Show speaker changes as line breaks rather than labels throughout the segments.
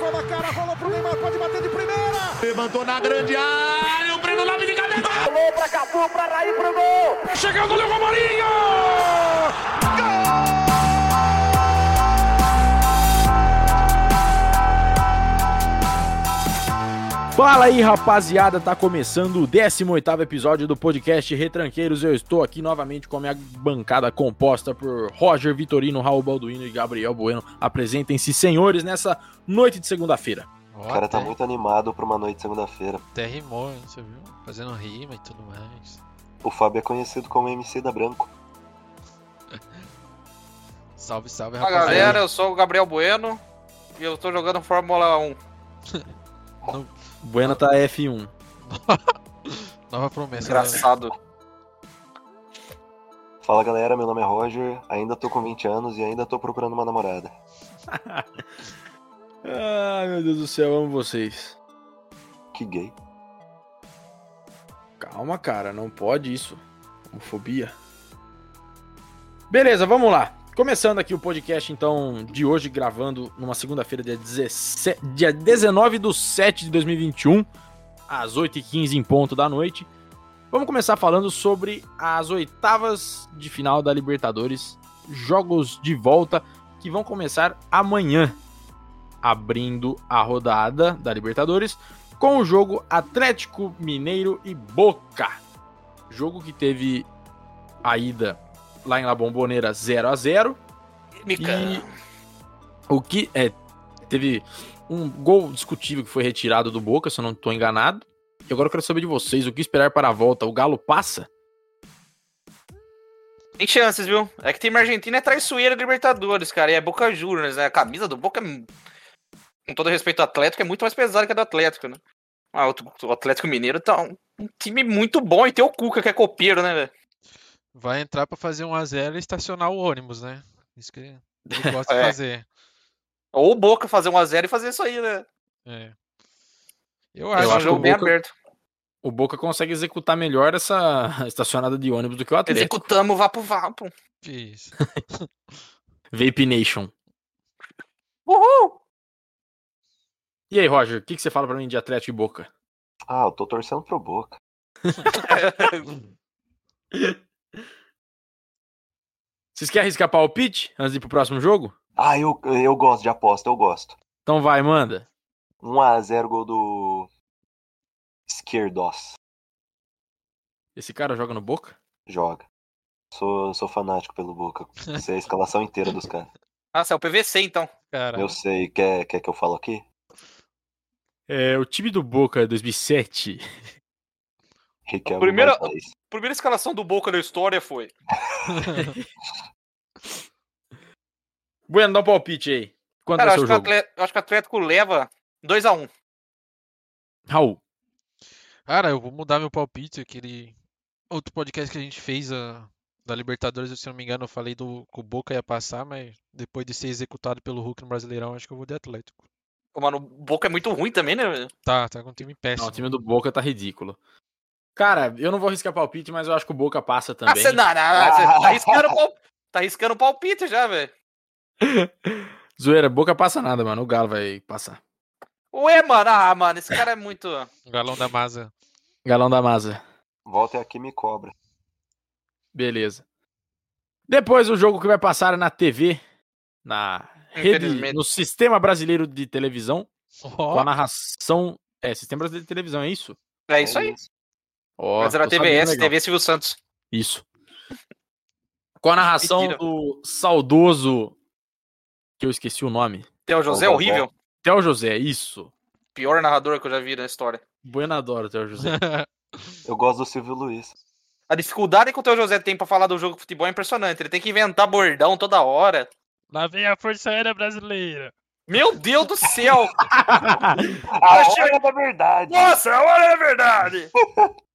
bola cara, rolou pro Neymar, pode bater de primeira.
Levantou na grande área, o Breno Lopes de cabeça.
Rolou pra Cafu, pra Raí, pro gol.
Chegou o goleiro Romarinho.
Fala aí, rapaziada, tá começando o 18º episódio do podcast Retranqueiros. Eu estou aqui novamente com a minha bancada composta por Roger Vitorino, Raul Balduino e Gabriel Bueno. Apresentem-se, senhores, nessa noite de segunda-feira.
O cara tá muito animado pra uma noite de segunda-feira.
Até rimou, hein, você viu? Fazendo rima e tudo mais.
O Fábio é conhecido como MC da Branco.
Salve,
Tá
salve,
Fala
rapaziada.
galera, eu sou o Gabriel Bueno e eu tô jogando Fórmula 1.
Bueno tá F1.
Nova promessa.
Engraçado.
Fala galera, meu nome é Roger, ainda tô com 20 anos e ainda tô procurando uma namorada.
Ai, meu Deus do céu, amo vocês.
Que gay.
Calma, cara, não pode isso. Homofobia. Beleza, vamos lá. Começando aqui o podcast, então, de hoje, gravando numa segunda-feira, dia, 17 dia 19 do 7 de 2021, às 8h15 em ponto da noite. Vamos começar falando sobre as oitavas de final da Libertadores, jogos de volta que vão começar amanhã, abrindo a rodada da Libertadores com o jogo Atlético Mineiro e Boca. Jogo que teve a ida lá em La Bombonera 0 a 0
Mica.
e o que é teve um gol discutível que foi retirado do Boca, se eu não estou enganado. E agora eu quero saber de vocês, o que esperar para a volta? O Galo passa?
Tem chances, viu? É que time argentino é traiçoeira de Libertadores, cara. E é Boca Juniors, né? A camisa do Boca, é- com todo respeito ao Atlético, é muito mais pesada que a do Atlético, né? Ah, o- o Atlético Mineiro tá um, um time muito bom e tem o Cuca, que é copeiro, né, velho?
Vai entrar pra fazer um a 0 e estacionar o ônibus, né? Isso que ele gosta de
É.
fazer.
Ou o Boca fazer um a 0 e fazer isso aí, né?
É. Eu
Esse
acho,
acho que
um jogo
o
bem
Boca-
aberto.
O Boca consegue executar melhor essa estacionada de ônibus do que o Atlético.
Executamos o Vapo Vapo.
que isso.
Vape Nation.
Uhul!
E aí, Roger, o que, que você fala para mim de Atlético e Boca?
Ah, eu tô torcendo pro Boca.
Vocês querem arriscar palpite antes de ir pro próximo jogo?
Ah, eu, eu gosto de aposta, eu gosto.
Então vai, manda.
1x0 gol do. Esquerdos.
Esse cara joga no Boca?
Joga. Sou, sou fanático pelo Boca. Essa é a escalação inteira dos caras.
Nossa, é o PVC, então.
Cara,
Eu sei, quer, quer que eu falo aqui?
É, o time do Boca é 2007.
Riquelme
Primeira-
mais dez.
Primeira escalação do Boca na história foi.
Bueno, dá um palpite aí. Quanto
Cara,
é
eu
o seu
acho, que o
jogo?
Atlético, eu acho que o Atlético leva 2x1.
Raul.
cara, eu vou mudar meu palpite. Aquele outro podcast que a gente fez a- da Libertadores, se eu não me engano, eu falei do que o Boca ia passar, mas depois de ser executado pelo Hulk no Brasileirão, acho que eu vou de Atlético.
Ô, Mano, o Boca é muito ruim também, né? velho?
Tá, tá com um time
Não,
péssimo.
o time do Boca tá ridículo. Cara, eu não vou arriscar palpite, mas eu acho que o Boca passa
Ah,
também.
você não, não, não, você tá arriscando o pal- tá arriscando o palpite já, velho.
Zoeira, Boca passa nada, mano. O Galo vai passar.
Ué, mano, ah, mano, esse cara é muito.
O Um Galão da Maza.
Galão da Masa.
Volta aqui e me cobra.
Beleza. Depois o jogo que vai passar é na TV, na rede,
Infelizmente.
no sistema brasileiro de televisão, com
Ó,
a narração. É, sistema brasileiro de televisão, é isso?
É isso aí.
Ó,
Mas era
tô sabendo,
TVS,
legal.
TV Silvio Santos.
Isso. Com a narração
Mentira.
do saudoso. Que eu esqueci o nome.
Tem o José, horrível.
Theo José, isso.
Pior narrador que eu já vi na história.
Bueno adoro o Theo José.
Eu gosto do Silvio Luiz.
A dificuldade que o Teu José tem pra falar do jogo de futebol é impressionante. Ele tem que inventar bordão toda hora.
Lá vem a Força Aérea Brasileira.
Meu Deus do céu!
A
achei-
hora da Ah, é verdade!
Nossa, olha a verdade!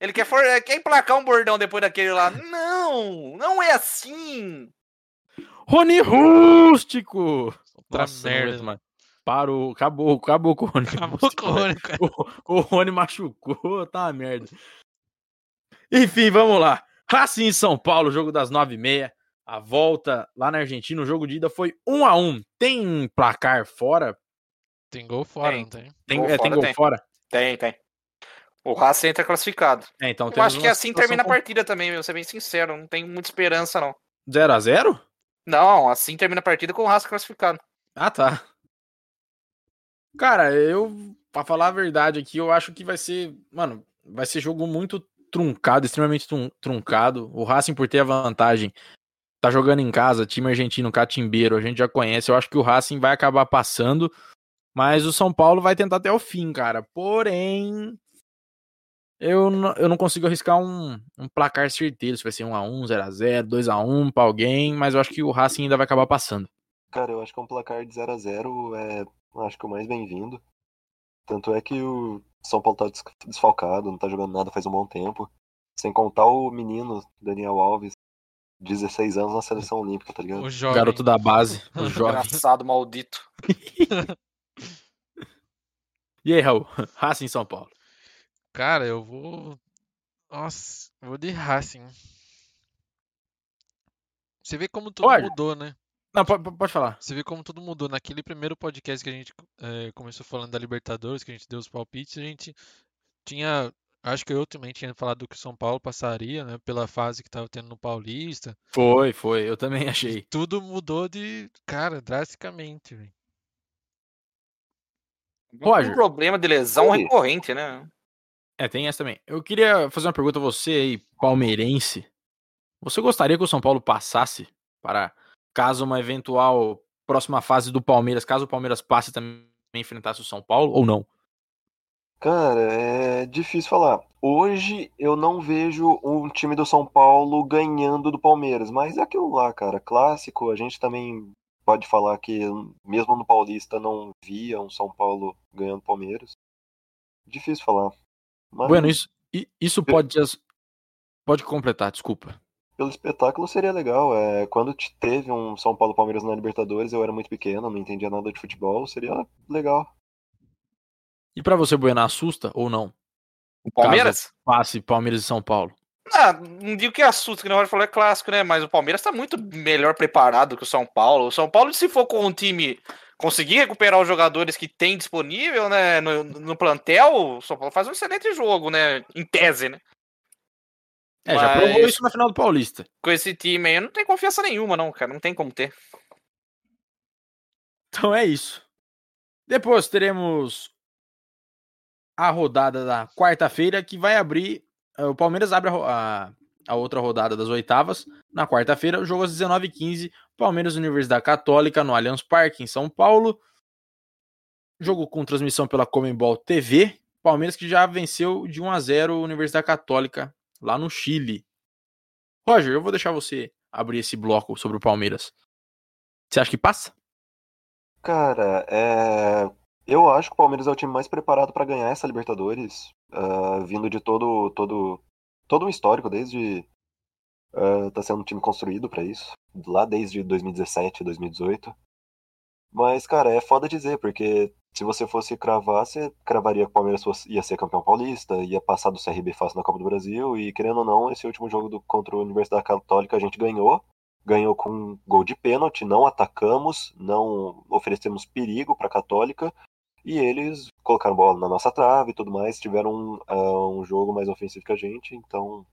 Ele quer, for... quer emplacar um bordão depois daquele lá. Não! Não é assim!
Rony Rústico!
Outra
Nossa, não aguento
merda. Tá
mais. Parou, acabou, acabou com o Rony.
Acabou
Rústico,
com o Rony, cara.
velho. O, o Rony machucou, tá uma merda. Enfim, vamos lá. Racing em São Paulo, jogo das 9h30. um A volta lá na Argentina, o jogo de ida foi 1 a 1 Tem placar fora
Tem gol fora,
Tem.
não tem?
Tem,
Gol
é, tem
fora,
gol
tem.
fora?
Tem, tem. O Racing entra classificado.
É, então
Eu
temos
acho que
uma
assim
situação
termina a
com-
partida também, meu, vou ser bem sincero. Não tenho muita esperança, não.
0 a 0
Não, assim termina a partida com o Racing classificado.
Ah, tá. Cara, eu, pra falar a verdade aqui, eu acho que vai ser, mano, vai ser jogo muito truncado, extremamente trun- truncado. O Racing, por ter a vantagem, tá jogando em casa, time argentino, catimbeiro, a gente já conhece. Eu acho que o Racing vai acabar passando, mas o São Paulo vai tentar até o fim, cara. Porém, eu, n- eu não consigo arriscar um, um placar certeiro, se vai ser 1x1, 0x0, 2x1 pra alguém, mas eu acho que o Racing ainda vai acabar passando.
Cara, eu acho que é um placar de 0 a 0 é, eu acho que o mais bem-vindo. Tanto é que o São Paulo tá des- desfalcado, não tá jogando nada faz um bom tempo. Sem contar o menino Daniel Alves, 16 anos na seleção olímpica, tá ligado?
O
O
jovem.
garoto da base, o jovem.
Engraçado, maldito.
E aí, Raul? Racing São Paulo.
Cara, eu vou. Nossa, eu vou de Racing. Você vê como tudo
Olha.
mudou, né?
Não, pode, pode falar.
Você vê como tudo mudou. Naquele primeiro podcast que a gente eh, começou falando da Libertadores, que a gente deu os palpites, a gente tinha. Acho que eu também tinha falado que o São Paulo passaria, né? Pela fase que tava tendo no Paulista.
Foi, foi. Eu também achei.
Tudo mudou de. Cara, drasticamente, velho.
Roger.
Um problema de lesão
Oi.
recorrente, né?
É, tem essa também. Eu queria fazer uma pergunta a você aí, palmeirense. Você gostaria que o São Paulo passasse para caso uma eventual próxima fase do Palmeiras, caso o Palmeiras passe também enfrentasse o São Paulo ou não?
Cara, é difícil falar. Hoje eu não vejo um time do São Paulo ganhando do Palmeiras, mas é aquilo lá, cara, clássico. A gente também pode falar que, mesmo no Paulista, não via um São Paulo ganhando do Palmeiras. Difícil falar. Mas
Bueno, isso, i- isso pode pode completar, desculpa.
pelo espetáculo seria legal. É, quando te- teve um São Paulo-Palmeiras na Libertadores, eu era muito pequeno, não entendia nada de futebol, seria legal.
E para você, Bueno, assusta ou não?
O Palmeiras?
Passe Palmeiras e São Paulo.
Ah, não digo que é assunto, que na hora falou é clássico, né? Mas o Palmeiras tá muito melhor preparado que o São Paulo. O São Paulo, se for com um time conseguir recuperar os jogadores que tem disponível, né? No, no plantel, o São Paulo faz um excelente jogo, né? Em tese, né?
É, já
Mas-
provou isso na final do Paulista.
Com esse time aí, eu não tenho confiança nenhuma, não, cara. Não tem como ter.
Então é isso. Depois teremos a rodada da quarta-feira que vai abrir. eh, O Palmeiras abre a, ro- a- a outra rodada das oitavas. Na quarta-feira, o jogo às 19h15. Palmeiras e Universidade Católica no Allianz Parque, em São Paulo. Jogo com transmissão pela Comembol TV. Palmeiras que já venceu de 1 a 0 a Universidade Católica lá no Chile. Roger, eu vou deixar você abrir esse bloco sobre o Palmeiras. Você acha que passa?
Cara, é, eu acho que o Palmeiras é o time mais preparado para ganhar essa Libertadores, ah, vindo de todo todo todo um histórico desde ah, tá sendo um time construído para isso, lá desde 2017, 2018. Mas cara, é foda dizer, porque se você fosse cravar, você cravaria que o Palmeiras fosse- ia ser campeão paulista, ia passar do CRB fácil na Copa do Brasil e querendo ou não, esse último jogo do- contra a Universidade Católica a gente ganhou ganhou com um gol de pênalti, não atacamos, não oferecemos perigo para a Católica, e eles colocaram bola na nossa trave e tudo mais, tiveram um, ah, um jogo mais ofensivo que a gente, então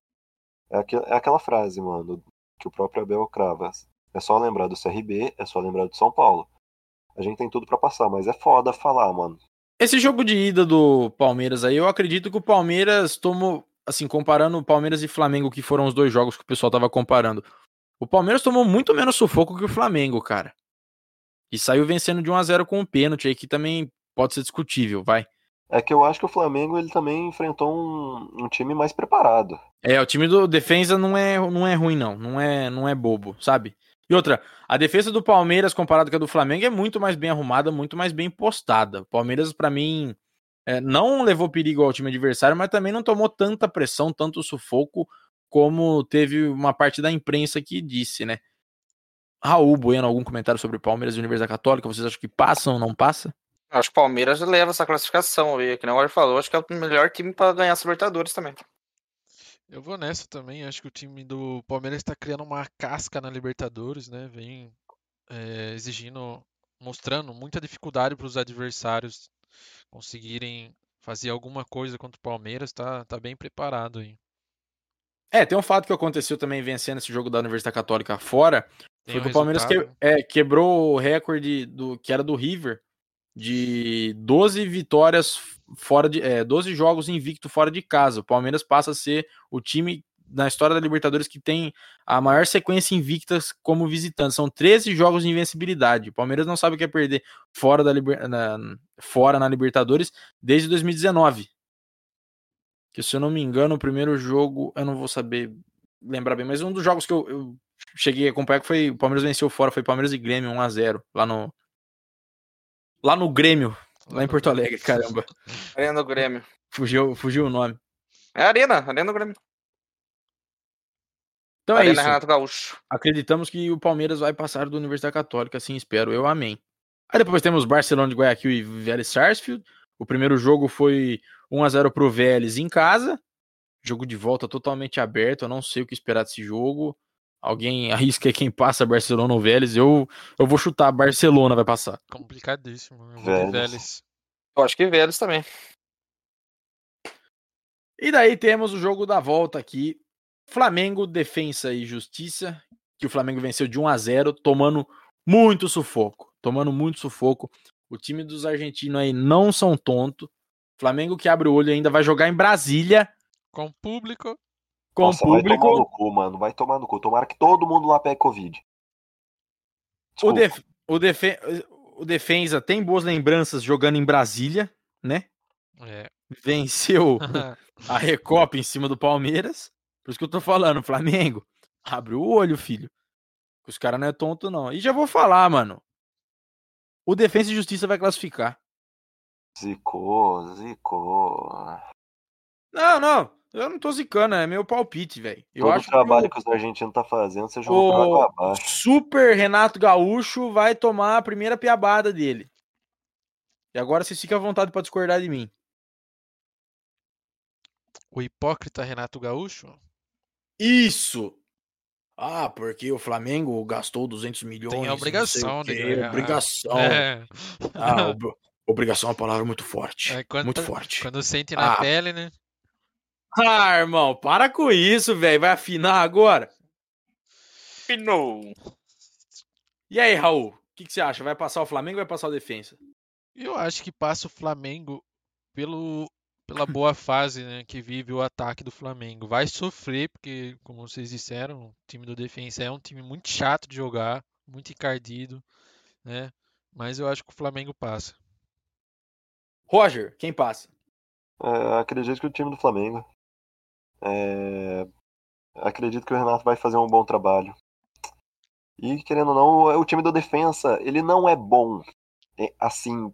é, aqu- é aquela frase, mano, que o próprio Abel crava. É só lembrar do CRB, é só lembrar do São Paulo. A gente tem tudo para passar, mas é foda falar, mano.
Esse jogo de ida do Palmeiras aí, eu acredito que o Palmeiras tomou, assim, comparando o Palmeiras e Flamengo, que foram os dois jogos que o pessoal tava comparando. O Palmeiras tomou muito menos sufoco que o Flamengo, cara. E saiu vencendo de 1 a 0 com um pênalti aí que também pode ser discutível, vai.
É que eu acho que o Flamengo ele também enfrentou um, um time mais preparado.
É, o time do defesa não é, não é ruim não, não é, não é bobo, sabe? E outra, a defesa do Palmeiras comparado com a do Flamengo é muito mais bem arrumada, muito mais bem postada. O Palmeiras pra mim é, não levou perigo ao time adversário, mas também não tomou tanta pressão, tanto sufoco como teve uma parte da imprensa que disse, né? Raul Bueno, algum comentário sobre o Palmeiras e a Universidade Católica? Vocês acham que passam ou não passa?
Acho que o Palmeiras leva essa classificação aí, que nem o Roger falou. Acho que é o melhor time pra ganhar essa Libertadores também.
Eu vou nessa também. Acho que o time do tá Palmeiras está criando uma casca na Libertadores, né? Vem eh, exigindo mostrando muita dificuldade para os adversários conseguirem fazer alguma coisa contra o Palmeiras, tá, tá bem preparado aí.
É, tem um fato que aconteceu também vencendo esse jogo da Universidade Católica fora.
Tem
foi
um
que o Palmeiras que-
resultado.
é, quebrou o recorde do, que era do River de 12 vitórias fora de. É, 12 jogos invicto fora de casa. O Palmeiras passa a ser o time na história da Libertadores que tem a maior sequência invictas como visitante. São 13 jogos de invencibilidade. O Palmeiras não sabe o que é perder fora, da, Liber- na, fora na Libertadores desde 2019. Que se eu não me engano, o primeiro jogo, eu não vou saber lembrar bem, mas um dos jogos que eu, eu cheguei a acompanhar que foi o Palmeiras venceu fora, foi Palmeiras e Grêmio 1 a 0 lá no lá no Grêmio, é lá em Porto Alegre, caramba.
Arena do Grêmio.
Fugiu, fugiu o nome.
É a Arena, Arena do Grêmio.
Então é
Arena
isso.
Renato Gaúcho.
Acreditamos que o Palmeiras vai passar do Universidade Católica, assim espero. Eu amém. Aí depois temos Barcelona de Guayaquil e Vélez Sarsfield. O primeiro jogo foi 1 a 0 pro Vélez em casa. Jogo de volta totalmente aberto, eu não sei o que esperar desse jogo. Alguém arrisca quem passa Barcelona ou Vélez? Eu eu vou chutar Barcelona vai passar.
Complicadíssimo. Eu vou de
Vélez.
Vélez.
Eu acho que Vélez também.
E daí temos o jogo da volta aqui. Flamengo, Defensa e Justiça, que o Flamengo venceu de 1 a 0, tomando muito sufoco, tomando muito sufoco. O time dos argentinos aí não são tonto. Flamengo que abre o olho ainda vai jogar em Brasília
Com o público,
com
Nossa,
o
vai tomar no
público.
cu, mano. Vai tomar no cu. Tomara que todo mundo lá pegue Covid.
O,
Desculpa.
def, o, defe, o Defensa tem boas lembranças jogando em Brasília, né?
é.
Venceu a Recopa em cima do Palmeiras. Por isso que eu tô falando, Flamengo, abre o olho, filho. Que Os caras não é tonto, não. E já vou falar, mano. O Defensa e Justiça vai classificar.
Zicou, zicou.
Não, não. Eu não tô zicando, é meu palpite, velho. Eu
Todo o
acho que
trabalho que, os argentinos tá fazendo, você jogou pra água
o, o
abaixo.
Super Renato Gaúcho vai tomar a primeira piabada dele. E agora vocês ficam à vontade pra discordar de mim.
O hipócrita Renato Gaúcho?
Isso! Ah, porque o Flamengo gastou 200 milhões. não sei o
obrigação de
quê,
ganhar.
Obrigação.
É.
Ah, ob- obrigação é uma palavra muito forte.
É, quando,
muito forte.
quando sente na
Ah.
pele, né?
Ah, irmão, para com isso, velho. Vai afinar agora.
Finou.
E aí, Raul? O que, que você acha? Vai passar o Flamengo ou vai passar o defensa?
Eu acho que passa o Flamengo pelo, pela boa fase, né, que vive o ataque do Flamengo. Vai sofrer, porque, como vocês disseram, o time do Defensa é um time muito chato de jogar, muito encardido, né? Mas eu acho que o Flamengo passa.
Roger, quem passa?
É, acredito que o time do Flamengo. É, acredito que o Renato vai fazer um bom trabalho. E, querendo ou não, é o time da defensa, ele não é bom, é, assim,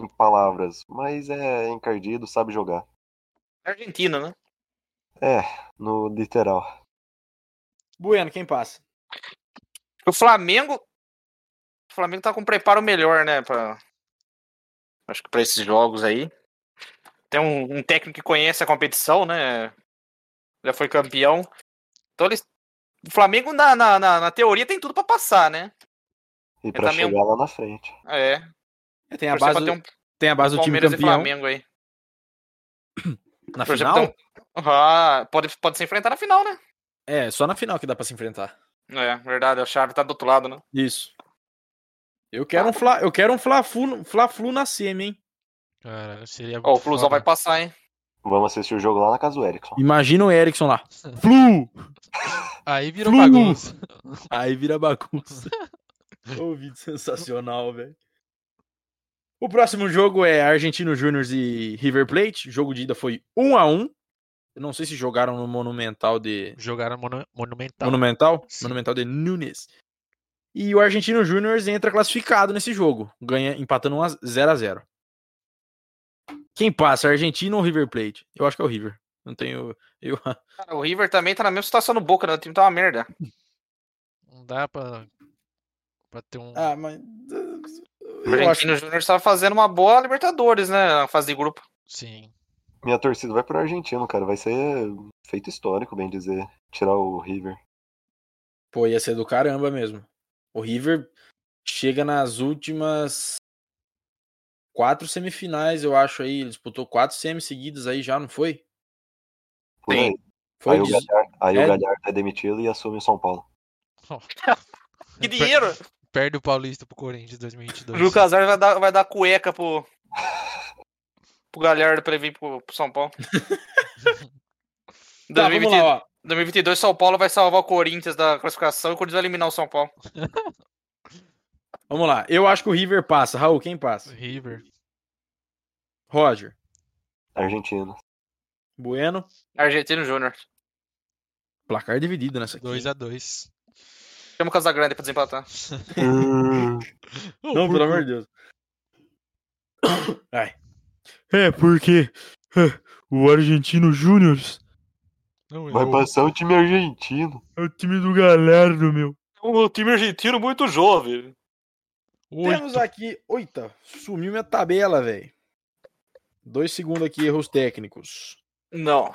em palavras, mas é encardido, sabe jogar.
Argentina, né?
No literal.
Bueno, quem passa?
O Flamengo. O Flamengo tá com um preparo melhor, né? Pra... Acho que pra esses jogos aí. Tem um, um técnico que conhece a competição, né? Já foi campeão. Então eles. O Flamengo, na, na, na, na teoria, tem tudo pra passar, né?
E pra
também-
chegar lá na frente.
É.
É, Tem a,
Torcer pra
base,
ter
do,
um
tem a base do time
Palmeiras e
campeão
Flamengo aí.
na
Por
final.
exemplo, tem um- Ah, pode, pode se enfrentar na final, né?
É, só na final que dá pra se enfrentar.
É, verdade, a chave tá do outro lado, né?
Isso. Eu quero um fla, eu quero um fla-flu, fla-flu na semi, hein?
Cara, seria
Ó, o
muito
Flusão vai
foda.
passar, hein?
Vamos assistir o jogo lá na casa do Erickson.
Imagina o Erickson lá. Flu!
Aí virou
Flu!
bagunça.
Aí vira bagunça. Ô, vídeo sensacional, velho. O próximo jogo é Argentino Júnior e River Plate. O jogo de ida foi 1 a 1 Eu não sei se jogaram no Monumental de.
Jogaram mono- monumental.
Monumental?
Tá. Sim.
Monumental de Nunes. E o Argentino Júnior entra classificado nesse jogo. Ganha empatando 1 a 0 a 0 Quem passa, Argentino ou River Plate? Eu acho que é o River. Não tenho. Eu...
Cara, o River também tá na mesma situação no Boca, né? O time tá uma merda.
Não dá pra, pra ter um.
Ah, mas.
O Argentino Júnior estava fazendo uma boa Libertadores, né? Na fase de grupo.
Sim.
Minha torcida vai pro argentino, cara. Vai ser feito histórico, bem dizer. Tirar o River.
Pô, ia ser do caramba mesmo. O River chega nas últimas quatro semifinais, eu acho aí. Ele disputou quatro semis seguidas aí já, não foi?
Por
Sim.
aí.
Foi
aí o
de-
Galhardo, aí o
É.
Galhardo é demitido e assume o São Paulo.
Que dinheiro!
Perde o Paulista pro Corinthians
O
2022.
Lucas Arce vai dar, vai dar cueca pro. pro Galhardo pra ele vir pro, pro São Paulo.
Tá, vamos
2020
lá, ó.
2022, São Paulo vai salvar o Corinthians da classificação e o Corinthians vai eliminar o São Paulo.
Vamos lá. Eu acho que o River passa. Raul, quem passa?
River.
Roger.
Argentina.
Bueno.
Argentino Júnior.
Placar dividido nessa aqui.
2x2.
Chama o Casagrande pra desempatar.
um.
Não, pelo amor de Deus. Ai. É, porque é, o Argentino Júnior
Não,
Vai
eu-
passar o time argentino.
é o time do Galhardo, meu.
Um time argentino muito jovem.
Oito.
Temos aqui. Oita, sumiu minha tabela, velho. Dois segundos aqui, erros técnicos.
Não.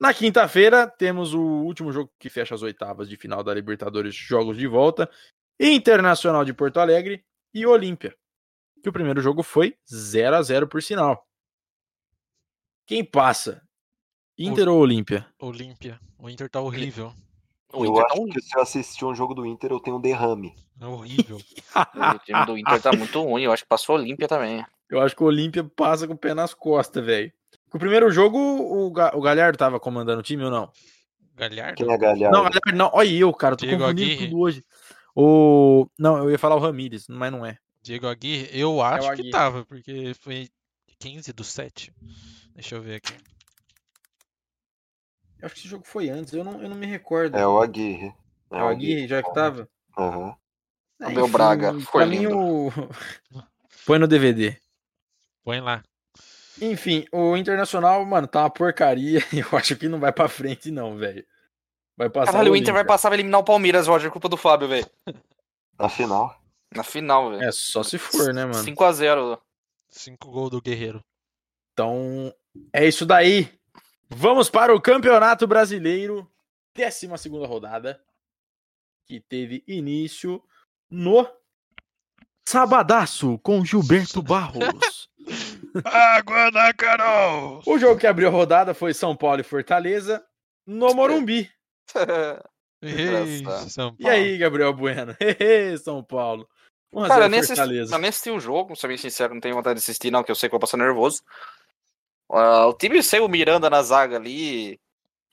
Na quinta-feira, temos o último jogo que fecha as oitavas de final da Libertadores Jogos de Volta, Internacional de Porto Alegre e Olímpia. Que o primeiro jogo foi 0 a 0 por sinal. Quem passa? Inter ou Olímpia?
Olímpia. O Inter tá horrível.
O
eu
Inter tá
acho
ruim.
que se eu assistir um jogo do Inter, eu tenho um derrame.
É horrível.
Ah,
O time do Inter tá muito ruim. Eu acho que passou a Olímpia também.
Eu acho que o Olímpia passa com o pé nas costas, velho. O primeiro jogo, o, Ga- o Galhardo tava comandando o time ou não?
Galhardo?
Quem é Galhardo?
Não, Galhardo não. Olha eu, cara, tô
Diego
confundindo
Aguirre.
tudo hoje. O... Não, eu ia falar o Ramírez, mas não é.
Diego Aguirre? Eu acho
Aguirre.
que tava, porque foi 15 do 7. Deixa eu ver aqui.
Eu acho que esse jogo foi antes, eu não, eu não me recordo.
É o Aguirre. É
É o Aguirre, já que tava?
Aham.
O meu Braga, foi
pra mim,
lindo.
o- Põe no DVD.
Põe lá.
Enfim, o Internacional, mano, tá uma porcaria. Eu acho que não vai pra frente, não, velho. Vai passar.
Caralho, o Inter vai
Olímpia.
passar, vai eliminar o Palmeiras, Roger. Culpa do Fábio, velho.
Na final.
Na final, velho.
É, só se for, né, mano?
5x0.
5 gols do Guerreiro.
Então, é isso daí. Vamos para o Campeonato Brasileiro, 12 segunda rodada, que teve início no Sabadaço com Gilberto Barros.
Água na Carol!
o jogo que abriu a rodada foi São Paulo e Fortaleza no Morumbi.
Ei,
Engraçado.
São
E aí, Gabriel Bueno? Hehe, São Paulo. 1 a 0
Cara, eu nem assisti,
é Fortaleza.
eu nem assisti o jogo, pra ser bem sincero, não tenho vontade de assistir, não, que eu sei que eu vou passar nervoso. Ah, o time sem o Miranda na zaga ali,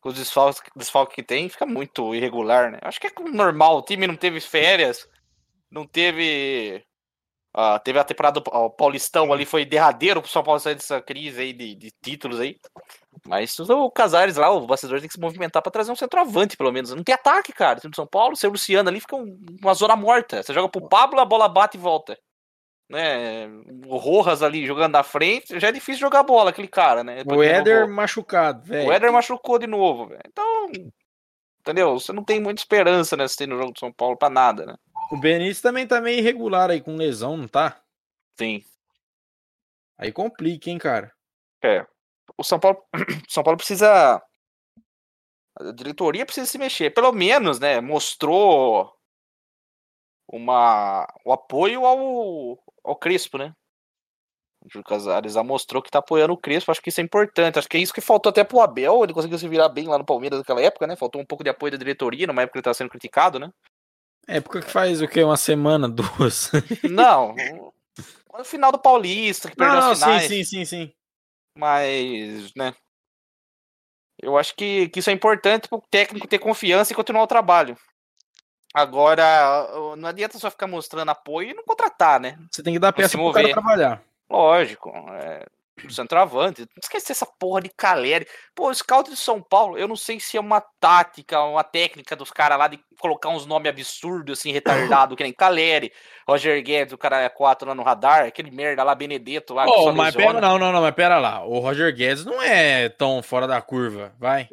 com os desfalques, desfalques que tem, fica muito irregular, né? Acho que é normal, o time não teve férias, não teve. ah, teve a temporada do ah, o Paulistão ali, foi derradeiro pro São Paulo sair dessa crise aí de, de títulos aí. Mas o Casares lá, o bastidor tem que se movimentar pra trazer um centroavante, pelo menos. Não tem ataque, cara. O time do São Paulo, seu Luciano ali fica um- uma zona morta. Você joga pro Pablo, a bola bate e volta. Né? O Rojas ali jogando na frente, já é difícil jogar bola, aquele cara, né? Depois
O
que renovou.
Éder machucado, velho.
O Éder machucou de novo, velho. Então, entendeu? Você não tem muita esperança nesse time no jogo do São Paulo pra nada, né?
O Benício também tá meio irregular aí com lesão, não tá?
Sim.
Aí complica, hein, cara.
o São Paulo, São Paulo precisa. A diretoria precisa se mexer. Pelo menos, né? Mostrou uma, o apoio ao, ao Crespo, né? O Júlio Casares já mostrou que tá apoiando o Crespo. Acho que isso é importante. Acho que é isso que faltou até pro Abel. Ele conseguiu se virar bem lá no Palmeiras naquela época, né? Faltou um pouco de apoio da diretoria, numa época que ele tava sendo criticado, né?
Época É, que faz o quê? Uma semana, duas?
Não. No final do Paulista, que perdeu
Não, não,
as finais.
sim, sim, sim, sim.
Mas, né? Eu acho que, que isso é importante pro técnico ter confiança e continuar o trabalho. Agora, o- não adianta só ficar mostrando apoio e não contratar, né?
Você tem que dar peça
se
pro cara
mover.
trabalhar.
Lógico. É, o centroavante. Não esquecer essa porra de Caleri. Pô, o scout de São Paulo, eu não sei se é uma tática, uma técnica dos caras lá de colocar uns nomes absurdos, assim, retardado, que nem Caleri, Roger Guedes, o cara é 4 lá no radar, aquele merda lá, Benedetto lá. que
Oh,
só
mas
lesiona.
pera, não, não, não, mas pera lá. O Roger Guedes não é tão fora da curva, vai.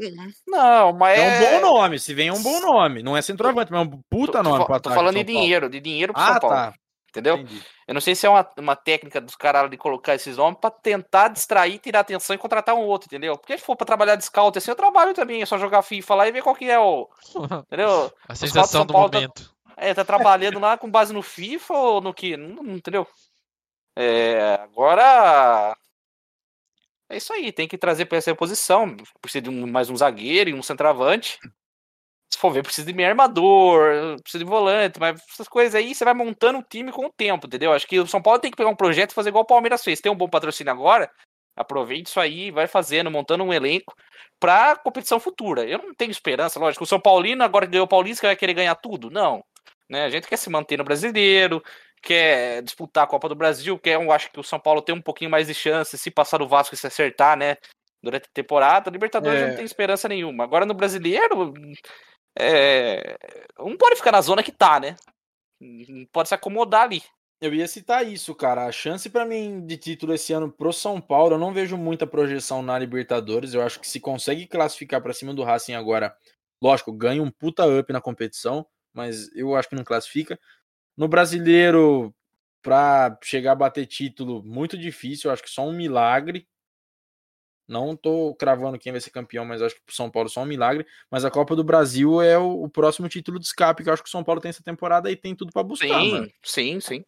Não, mas
É, um bom nome, se vem é um bom nome. Não é centroavante, mas é um puta
tô,
nome.
tô,
pro
fa- tô
ataque
falando
São
de
Paulo.
dinheiro, de dinheiro pro
Ah,
São Paulo.
tá.
Entendeu?
Entendi.
Eu não sei se é uma, uma técnica dos caras de colocar esses homens pra tentar distrair, tirar atenção e contratar um outro, entendeu? Porque se for pra trabalhar de scout assim, eu trabalho também, é só jogar FIFA lá e ver qual que é o.
Paulo.
Entendeu?
A
de
sensação
São
do
Paulo tá-
momento.
É, tá trabalhando lá com base no FIFA ou no que? Não, não entendeu? É, agora. É isso aí, tem que trazer pra essa posição. Precisa de um- mais um zagueiro e um centroavante. Se for ver, precisa de meio armador, precisa de volante, mas essas coisas aí você vai montando o time com o tempo, entendeu? Acho que o São Paulo tem que pegar um projeto e fazer igual o Palmeiras fez. Tem um bom patrocínio agora, aproveita isso aí, vai fazendo, montando um elenco pra competição futura. Eu não tenho esperança, lógico. O São Paulino, agora que ganhou o Paulista, vai querer ganhar tudo? Não. Né? A gente quer se manter no brasileiro, quer disputar a Copa do Brasil, quer, eu acho que o São Paulo tem um pouquinho mais de chance se passar do Vasco e se acertar, né? Durante a temporada. Libertadores
É.
eu não tem esperança nenhuma. Agora no brasileiro, é... não pode ficar na zona que tá, né? Não Pode se acomodar ali.
Eu ia citar isso, cara. A chance pra mim de título esse ano pro São Paulo, eu não vejo muita projeção na Libertadores. Eu acho que se consegue classificar pra cima do Racing agora, lógico, ganha um puta up na competição, mas eu acho que não classifica. No brasileiro, pra chegar a bater título, muito difícil. Eu acho que só um milagre. Não tô cravando quem vai ser campeão, mas acho que pro São Paulo só um milagre. Mas a Copa do Brasil é o, o próximo título de escape que eu acho que o São Paulo tem essa temporada e tem tudo pra buscar, né?
Sim,
mano.
sim, sim.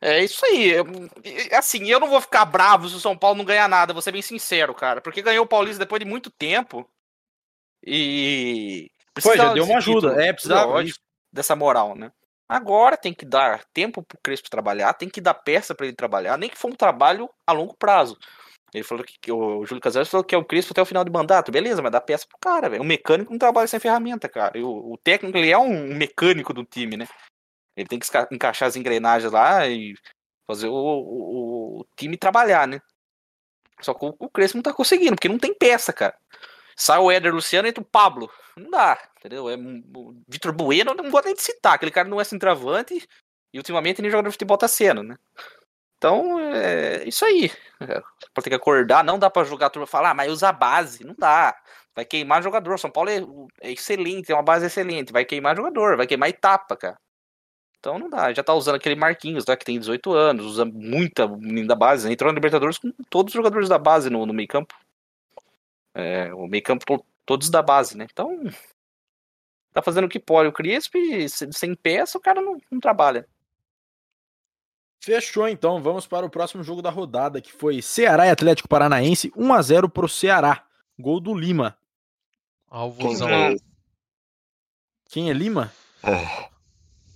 É isso aí. Eu- e- Assim, eu não vou ficar bravo se o São Paulo não ganhar nada, vou ser bem sincero, cara. Porque ganhou o Paulista depois de muito tempo. E.
Foi, já deu
precisava desse
uma ajuda.
título,
é, precisava.
lógico,
Isso.
dessa moral, né? Agora tem que dar tempo pro Crespo trabalhar, tem que dar peça pra ele trabalhar, nem que for um trabalho a longo prazo. Ele falou que, que o Júlio Casares falou que é o Crespo até o final do mandato. Beleza, mas dá peça pro cara, velho. O mecânico não trabalha sem ferramenta, cara. E o, o técnico, ele é um mecânico do time, né? Ele tem que esca- encaixar as engrenagens lá e fazer o, o- o time trabalhar, né? Só que o, o Crespo não tá conseguindo, porque não tem peça, cara. Sai o Éder Luciano, entra o Pablo. Não dá, entendeu? É, um- o Vitor Bueno, eu não vou nem te citar. Aquele cara não é centroavante e ultimamente nem jogador de futebol tá sendo, né? Então, é isso aí. É, Pode ter que acordar, não dá pra jogar a turma e falar, "Ah, mas usa a base. Não dá. Vai queimar jogador. São Paulo é, é excelente, é uma base excelente. Vai queimar jogador, vai queimar etapa, cara. Então não dá, já tá usando aquele Marquinhos lá que tem 18 anos, usa muita menina da base, né? entrou na Libertadores com todos os jogadores da base no, no meio campo. É, o meio campo to- todos da base, né? Então tá fazendo o que pode. O Crispe, se- sem peça, o cara não, não trabalha.
Fechou então, vamos para o próximo jogo da rodada, que foi Ceará e Atlético Paranaense, 1 a 0 pro Ceará. Gol do Lima.
Quem
Alvozão.
é esse?
Quem é Lima?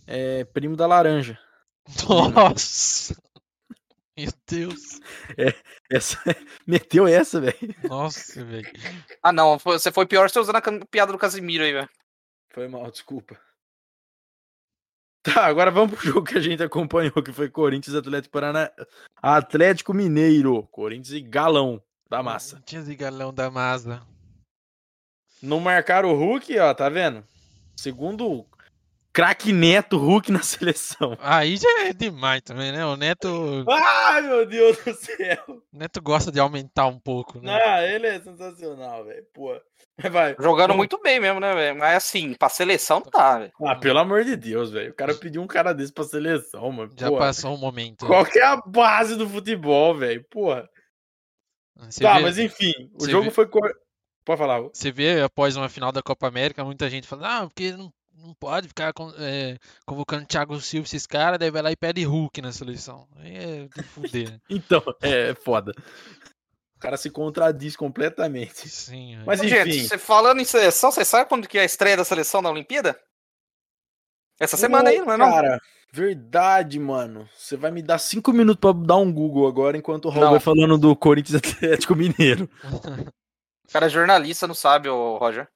É,
É primo da laranja.
Nossa! Meu Deus!
Essa... Meteu essa, velho.
Nossa, velho.
Ah não, foi- você foi pior você usando a cam- piada do Casimiro aí, velho.
Foi mal, desculpa. Tá, agora vamos pro jogo que a gente acompanhou, que foi Corinthians e Atlético Parana... Atlético Mineiro. Corinthians e Galão da massa.
Tinha de galão da Mazda.
Não marcaram o Hulk, ó, tá vendo? Segundo craque Neto Hulk na seleção.
Aí já é demais também, né? O Neto,
Ai, meu Deus do céu.
Neto gosta de aumentar um pouco, né?
Ah, ele é sensacional, velho. Pô. Mas vai.
Jogando muito bem mesmo, né, velho? Mas assim, pra seleção não tá, velho.
Ah, pelo amor de Deus, velho. O cara pediu um cara desse pra seleção, mano.
Já
Pô,
passou um momento.
Qual que é a base do futebol, velho? Porra.
Né? Você
Tá,
vê-
mas enfim. O
Você
jogo
vê-
foi. cor- Pode falar. ô.
Você vê após uma final da Copa América, muita gente fala, ah, porque não, não pode ficar con- eh, convocando Thiago Silva, esses caras, daí vai lá e pede Hulk na seleção. Aí é de fuder. né?
Então, é é foda. O cara se contradiz completamente.
Sim, é.
Mas
Ô,
enfim.
Gente, você falando em seleção, você sabe quando que é a estreia da seleção na Olimpíada? Essa semana aí, não é não?
Cara, verdade, mano. Você vai me dar cinco minutos pra dar um Google agora enquanto o Raul
Não.
vai falando do Corinthians Atlético Mineiro.
O cara é jornalista, não sabe, ô Roger.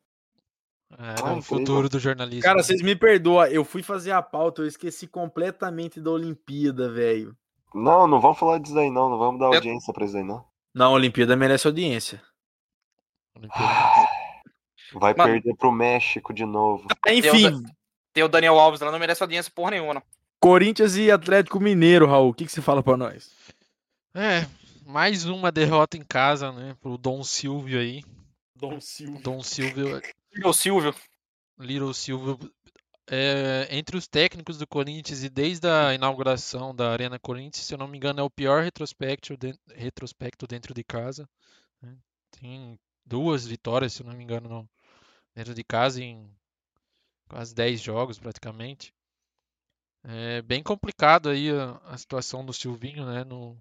Era
Ah,
É, o
incrível.
futuro do jornalismo.
Cara, vocês me perdoam. Eu fui fazer a pauta, eu esqueci completamente da Olimpíada, velho.
Não, não vamos falar disso aí não, não vamos dar
É-
audiência pra isso aí não.
Não, a Olimpíada merece audiência.
Vai
Mano.
perder pro México de novo.
Enfim,
Tem o Daniel Alves lá, não merece audiência porra nenhuma, não.
Corinthians e Atlético Mineiro, Raul. O que, que você fala pra nós?
É, mais uma derrota em casa, né? Pro Dom Silvio aí.
Dom Silva.
Dom Silvio,
O Silvio.
Little Silvio. é, entre os técnicos do Corinthians e desde a inauguração da Arena Corinthians, se eu não me engano, é o pior retrospecto, den- retrospecto dentro de casa. né? Tem duas vitórias, se eu não me engano, no- dentro de casa em quase 10 jogos praticamente. É bem complicado aí a, a situação do Silvinho, né? No,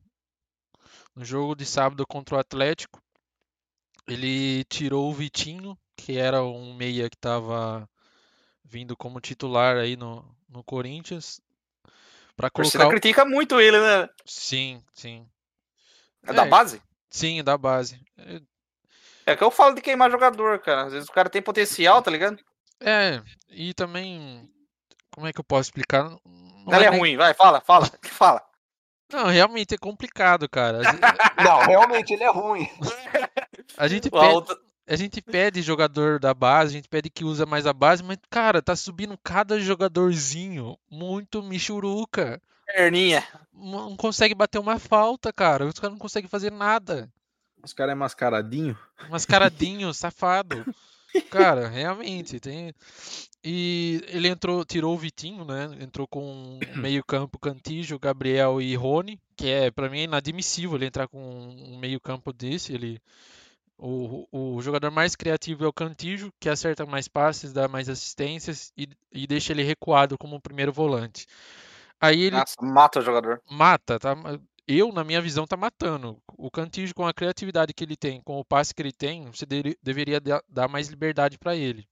no jogo de sábado contra o Atlético, ele tirou o Vitinho, que era um meia que estava vindo como titular aí no, no Corinthians, para
Você
colocar. o-
critica muito ele, né?
Sim, sim,
É da
É.
base?
sim, da base.
É que eu falo de queimar jogador, cara. Às vezes o cara tem potencial, tá ligado?
É, e também, como é que eu posso explicar? Não não
Ela é
nem-
ruim, vai, fala, fala, fala.
Não, realmente é complicado, cara. Às ve-
Não, realmente ele é ruim.
A gente
Ó,
pede,
outra-
a gente pede jogador da base, a gente pede que usa mais a base, mas, cara, tá subindo cada jogadorzinho muito michuruca.
perninha.
Não não consegue bater uma falta, cara. Os caras não conseguem fazer nada.
Os caras é mascaradinho.
Mascaradinho, safado. Cara, realmente, tem. E ele entrou, tirou o Vitinho, né? Entrou com meio-campo Cantijo, Gabriel e Rony, que é, pra mim, é inadmissível ele entrar com um meio-campo desse. Ele o, o jogador mais criativo é o Cantijo, que acerta mais passes, dá mais assistências e, e deixa ele recuado como primeiro volante. Aí ele
Nossa, mata o jogador.
mata, tá? ma- Eu, na minha visão, tá matando. O Cantígio, com a criatividade que ele tem, com o passe que ele tem, você dele- deveria da- dar mais liberdade para ele.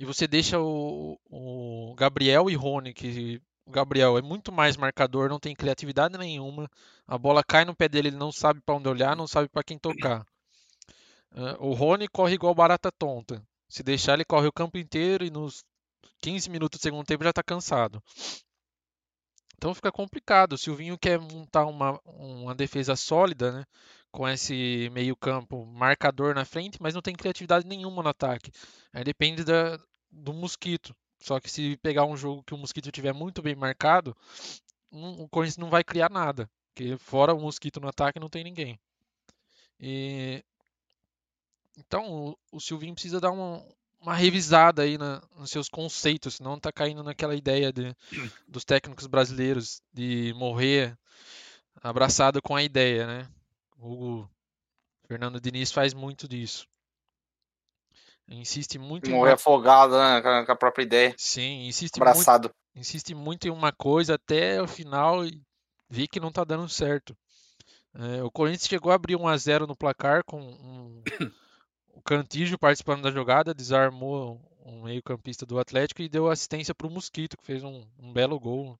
E você deixa o, o Gabriel e Rony, que o Gabriel é muito mais marcador, não tem criatividade nenhuma. A bola cai no pé dele, ele não sabe para onde olhar, não sabe para quem tocar. Ah, O Rony corre igual barata tonta. Se deixar, ele corre o campo inteiro e nos 15 minutos do segundo tempo já tá cansado. Então fica complicado. O Silvinho quer montar uma, uma defesa sólida, né? Com esse meio-campo marcador na frente, mas não tem criatividade nenhuma no ataque. Aí depende da- do Mosquito. Só que se pegar um jogo que o Mosquito tiver muito bem marcado, não- o Corinthians não vai criar nada. Porque fora o Mosquito no ataque não tem ninguém. E- Então o, o Silvinho precisa dar uma, uma revisada aí na- nos seus conceitos, senão tá caindo naquela ideia de dos técnicos brasileiros de morrer abraçado com a ideia, né? O Fernando Diniz faz muito disso. Insiste muito em
Morrer
uma...
afogado, né? com a- Com a própria ideia.
Sim, insiste muito
Abraçado.
insiste muito em uma coisa até o final e vê que não tá dando certo. É, o Corinthians chegou a abrir 1 a 0 no placar com um- o Cantígio participando da jogada, desarmou um meio-campista do Atlético e deu assistência para o Mosquito, que fez um, um belo gol.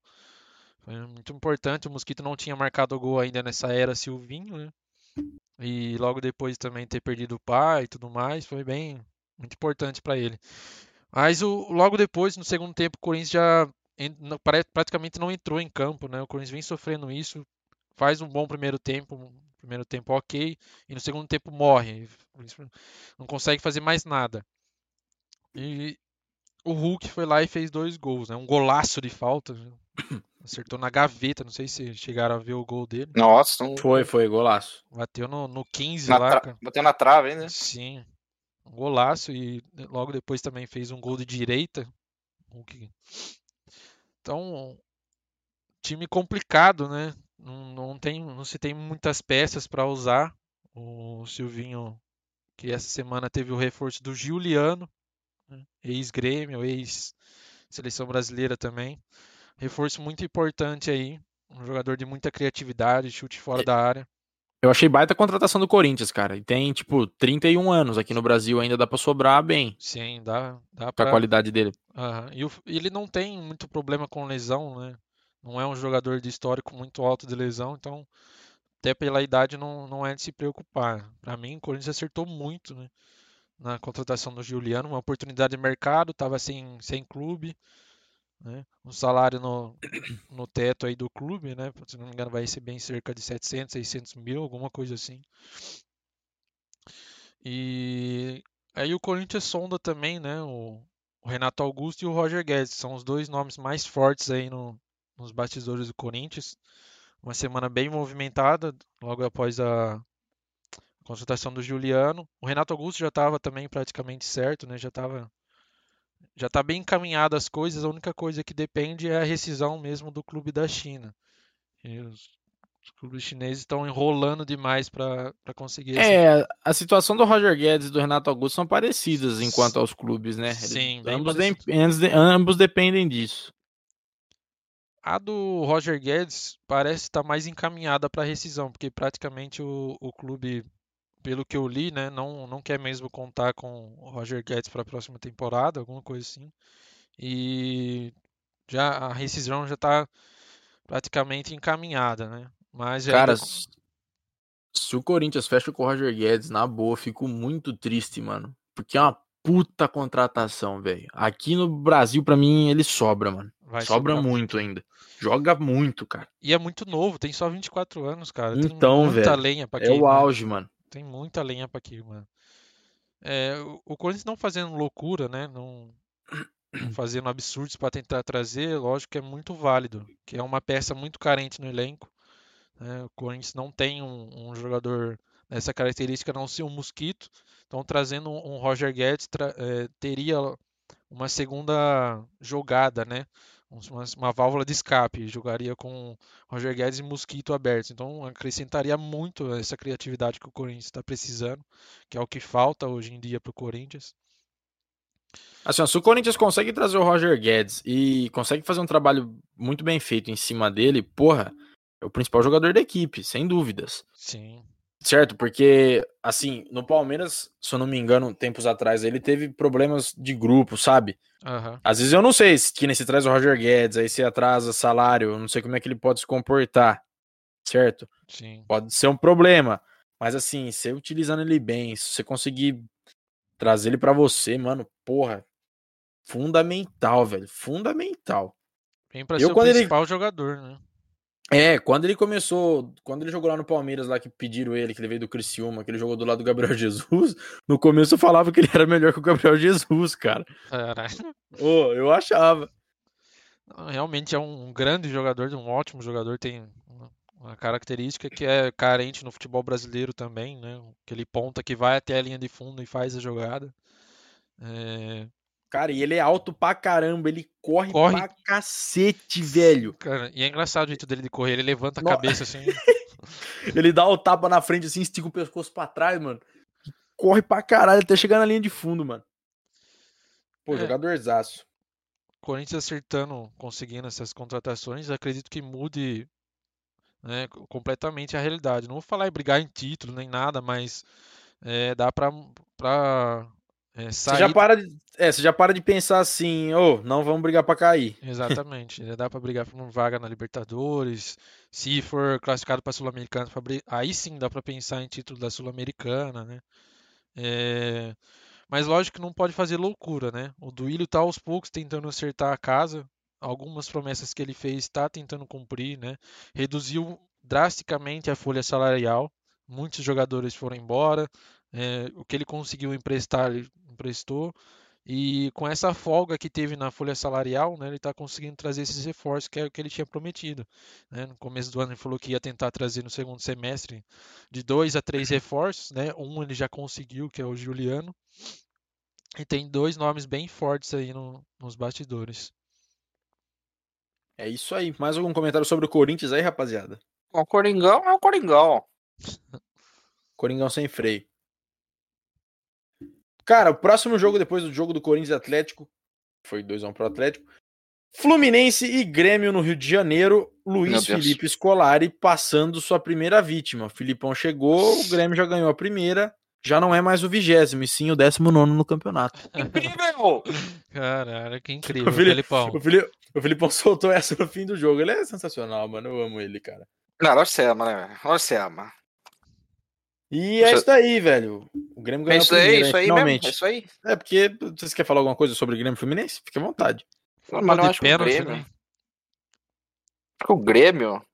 Foi muito importante. O Mosquito não tinha marcado o gol ainda nessa era Silvinho, né? E logo depois também ter perdido o pai e tudo mais, foi bem muito importante para ele. Mas o, logo depois, no segundo tempo, o Corinthians já en- não- pare- praticamente não entrou em campo, né? O Corinthians vem sofrendo isso, faz um bom primeiro tempo, um primeiro tempo ok, e no segundo tempo morre, e o Corinthians não consegue fazer mais nada. E o Hulk foi lá e fez dois gols, né? Um golaço de falta, né? acertou na gaveta, não sei se chegaram a ver o gol dele,
Nossa, um...
Foi, foi, golaço.
bateu no, no 15
na
lá,
tra-
cara.
bateu na trave ainda.
Sim, um golaço e né, logo depois também fez um gol de direita. o que- Então, time complicado, né? Não, não tem, não se tem muitas peças para usar. O Silvinho, que essa semana teve o reforço do Giuliano, né? ex-Grêmio, ex-seleção brasileira também. Reforço muito importante aí. Um jogador de muita criatividade, chute fora da área.
Eu achei baita a contratação do Corinthians, cara. E tem, tipo, 31 anos. Aqui no Brasil ainda dá pra sobrar bem
Sim, dá, dá
com a
para.
qualidade dele.
Aham. E o F- ele não tem muito problema com lesão, né? Não é um jogador de histórico muito alto de lesão, então até pela idade não, não é de se preocupar. Para mim, o Corinthians acertou muito, né? Na contratação do Giuliano, uma oportunidade de mercado, estava sem, sem clube, né? Um salário no, no teto aí do clube, né? Se não me engano, vai receber em cerca de 700, 600 mil, alguma coisa assim. E aí o Corinthians sonda também, né? O, o Renato Augusto e o Roger Guedes são os dois nomes mais fortes aí no- nos bastidores do Corinthians. Uma semana bem movimentada, logo após a consultação do Juliano. O Renato Augusto já estava também praticamente certo, né? Já estava já tá bem encaminhado as coisas. A única coisa que depende é a rescisão mesmo do clube da China. E os, os clubes chineses estão enrolando demais para conseguir essa
É, a situação do Roger Guedes e do Renato Augusto são parecidas enquanto aos clubes, né?
Sim, bem
ambos,
parecido.
de- ambos de- ambos dependem disso.
A do Roger Guedes parece estar mais encaminhada para rescisão, porque praticamente o, o clube, pelo que eu li, né, não, não quer mesmo contar com o Roger Guedes para a próxima temporada, alguma coisa assim. E já a rescisão já está praticamente encaminhada, né? Mas ainda
Cara,
com-
s- se o Corinthians fecha com o Roger Guedes, na boa, fico muito triste, mano. Porque é uma puta contratação, velho. Aqui no Brasil, pra mim, ele sobra, mano.
vai
sobra
sobrar.
muito ainda. Joga muito, cara.
E é muito novo, tem só 24 anos, cara. Tem
Então,
muita
velho,
lenha para
É o
queimar.
auge, mano.
Tem muita lenha pra queimar. É, o- o Corinthians não fazendo loucura, né? Não, não fazendo absurdos pra tentar trazer, lógico que é muito válido, que é uma peça muito carente no elenco. né? O Corinthians não tem um, um jogador dessa característica, a não ser o Mosquito. Então, trazendo um um Roger Guedes tra- é, teria uma segunda jogada, né? Uma, uma válvula de escape. Jogaria com Roger Guedes e Mosquito abertos. Então acrescentaria muito essa criatividade que o Corinthians está precisando, que é o que falta hoje em dia para o Corinthians.
Assim, ó, se o Corinthians consegue trazer o Roger Guedes e consegue fazer um trabalho muito bem feito em cima dele, porra, é o principal jogador da equipe, sem dúvidas.
Sim,
Certo, porque assim, no Palmeiras, se eu não me engano, tempos atrás, ele teve problemas de grupo, sabe?
aham,
Às vezes eu não sei se que nem se traz o Roger Guedes, aí se atrasa salário, eu não sei como é que ele pode se comportar, certo?
sim,
Pode ser um problema, mas assim, você utilizando ele bem, se você conseguir trazer ele pra você, mano, porra, fundamental, velho, fundamental.
vem para
Eu,
ser o
quando ele-
principal jogador, né?
É, quando ele começou, quando ele jogou lá no Palmeiras, lá que pediram ele, que ele veio do Criciúma, que ele jogou do lado do Gabriel Jesus, no começo eu falava que ele era melhor que o Gabriel Jesus, cara.
Caralho.
Ô, eu achava.
Realmente é um grande jogador, um ótimo jogador, tem uma- uma característica que é carente no futebol brasileiro também, né? Aquele ponta que vai até a linha de fundo e faz a jogada. É,
Cara, e ele é alto pra caramba, ele corre,
Corre.
pra cacete, velho.
cara, e é engraçado o jeito dele de correr, ele levanta a
No-
cabeça assim.
Ele dá o tapa na frente assim, estica o pescoço pra trás, mano. E Corre pra caralho até chegar na linha de fundo, mano. Pô,
É.
jogadorzaço.
Corinthians acertando, conseguindo essas contratações, acredito que mude, né, co- completamente a realidade. Não vou falar em brigar em título nem nada, mas é, dá pra, pra é,
Você
sair.
já, para de, é, você já para de pensar assim, ô, não vamos brigar pra cair.
Exatamente, já dá pra brigar por uma vaga na Libertadores. Se for classificado para Sul-Americana, pra bri- aí sim dá pra pensar em título da Sul-Americana, né? É, Mas lógico que não pode fazer loucura, né? O Duílio tá aos poucos tentando acertar a casa. Algumas promessas que ele fez está tentando cumprir, né? Reduziu drasticamente a folha salarial. Muitos jogadores foram embora. é, O que ele conseguiu emprestar, ele emprestou. E com essa folga que teve na folha salarial, né, ele está conseguindo trazer esses reforços que é o que ele tinha prometido. né? No começo do ano ele falou que ia tentar trazer no segundo semestre de dois a três reforços, né? Um ele já conseguiu, que é o Juliano. E tem dois nomes bem fortes aí no- nos bastidores.
É isso aí. Mais algum comentário sobre o Corinthians aí, rapaziada?
O Coringão é o Coringão.
Coringão sem freio. Cara, o próximo jogo depois do jogo do Corinthians e Atlético, foi 2x1 pro Atlético. Fluminense e Grêmio no Rio de Janeiro, Luiz
Meu Deus.
Felipe Scolari passando sua primeira vítima. O Filipão chegou, o Grêmio já ganhou a primeira, já não é mais o vigésimo, e sim o décimo nono no campeonato.
Incrível!
Caralho, que incrível,
Fili-
Felipão.
O, Fili- o Filipão soltou essa no fim do jogo. Ele é sensacional, mano. Eu amo ele, cara.
Não, nós se ama, né? velho? Nós se ama.
E é
Isso-
isso daí, velho. O Grêmio
É
ganhou
isso
a
aí,
primeira,
isso aí
finalmente.
mesmo. É isso aí.
É porque vocês querem falar alguma coisa sobre Grêmio e Fluminense? Fique à vontade.
Mas eu
de
acho que o
pênalti,
Grêmio.
né?
acho que O Grêmio.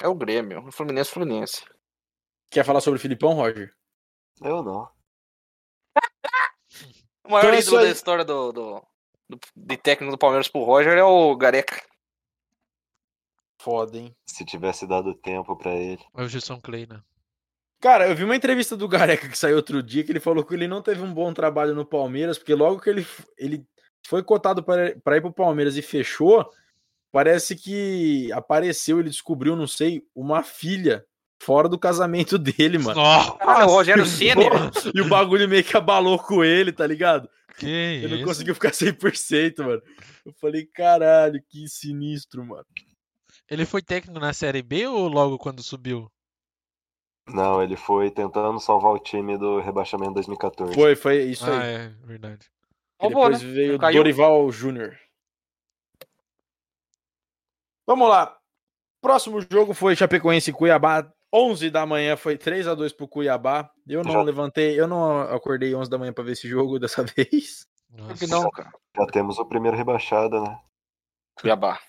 É o Grêmio. O Fluminense, o Fluminense.
Quer falar sobre o Filipão, Roger?
Eu não.
O maior
Então é
ídolo
isso aí.
da história do, do, do- de técnico do Palmeiras pro Roger é o Gareca.
Foda, hein?
Se tivesse dado tempo pra ele.
É o Gilson Clay, né?
Cara, eu vi uma entrevista do Gareca que saiu outro dia que ele falou que ele não teve um bom trabalho no Palmeiras, porque logo que ele, ele foi cotado para para ir pro Palmeiras e fechou, parece que apareceu, ele descobriu, não sei, uma filha fora do casamento dele, mano.
Nossa,
Ah, o é Rogério Ceni.
é
E o bagulho meio que abalou com ele, tá ligado?
Que
Eu não
isso?
consegui ficar 100%, mano. Eu falei, caralho, que sinistro, mano.
Ele foi técnico na Série B ou logo quando subiu?
Não, ele foi tentando salvar o time do rebaixamento 2014.
Foi, foi isso
ah,
aí.
é, verdade.
E
Roubou,
depois veio
Caiu.
Dorival Júnior. Vamos lá. Próximo jogo foi Chapecoense e Cuiabá. 11 da manhã foi 3 a 2 pro Cuiabá. Eu não
Já-
levantei, eu não acordei 11 da manhã pra ver esse jogo dessa vez.
Por
Nossa.
que não, cara?
Já temos o primeiro rebaixado, né?
Cuiabá.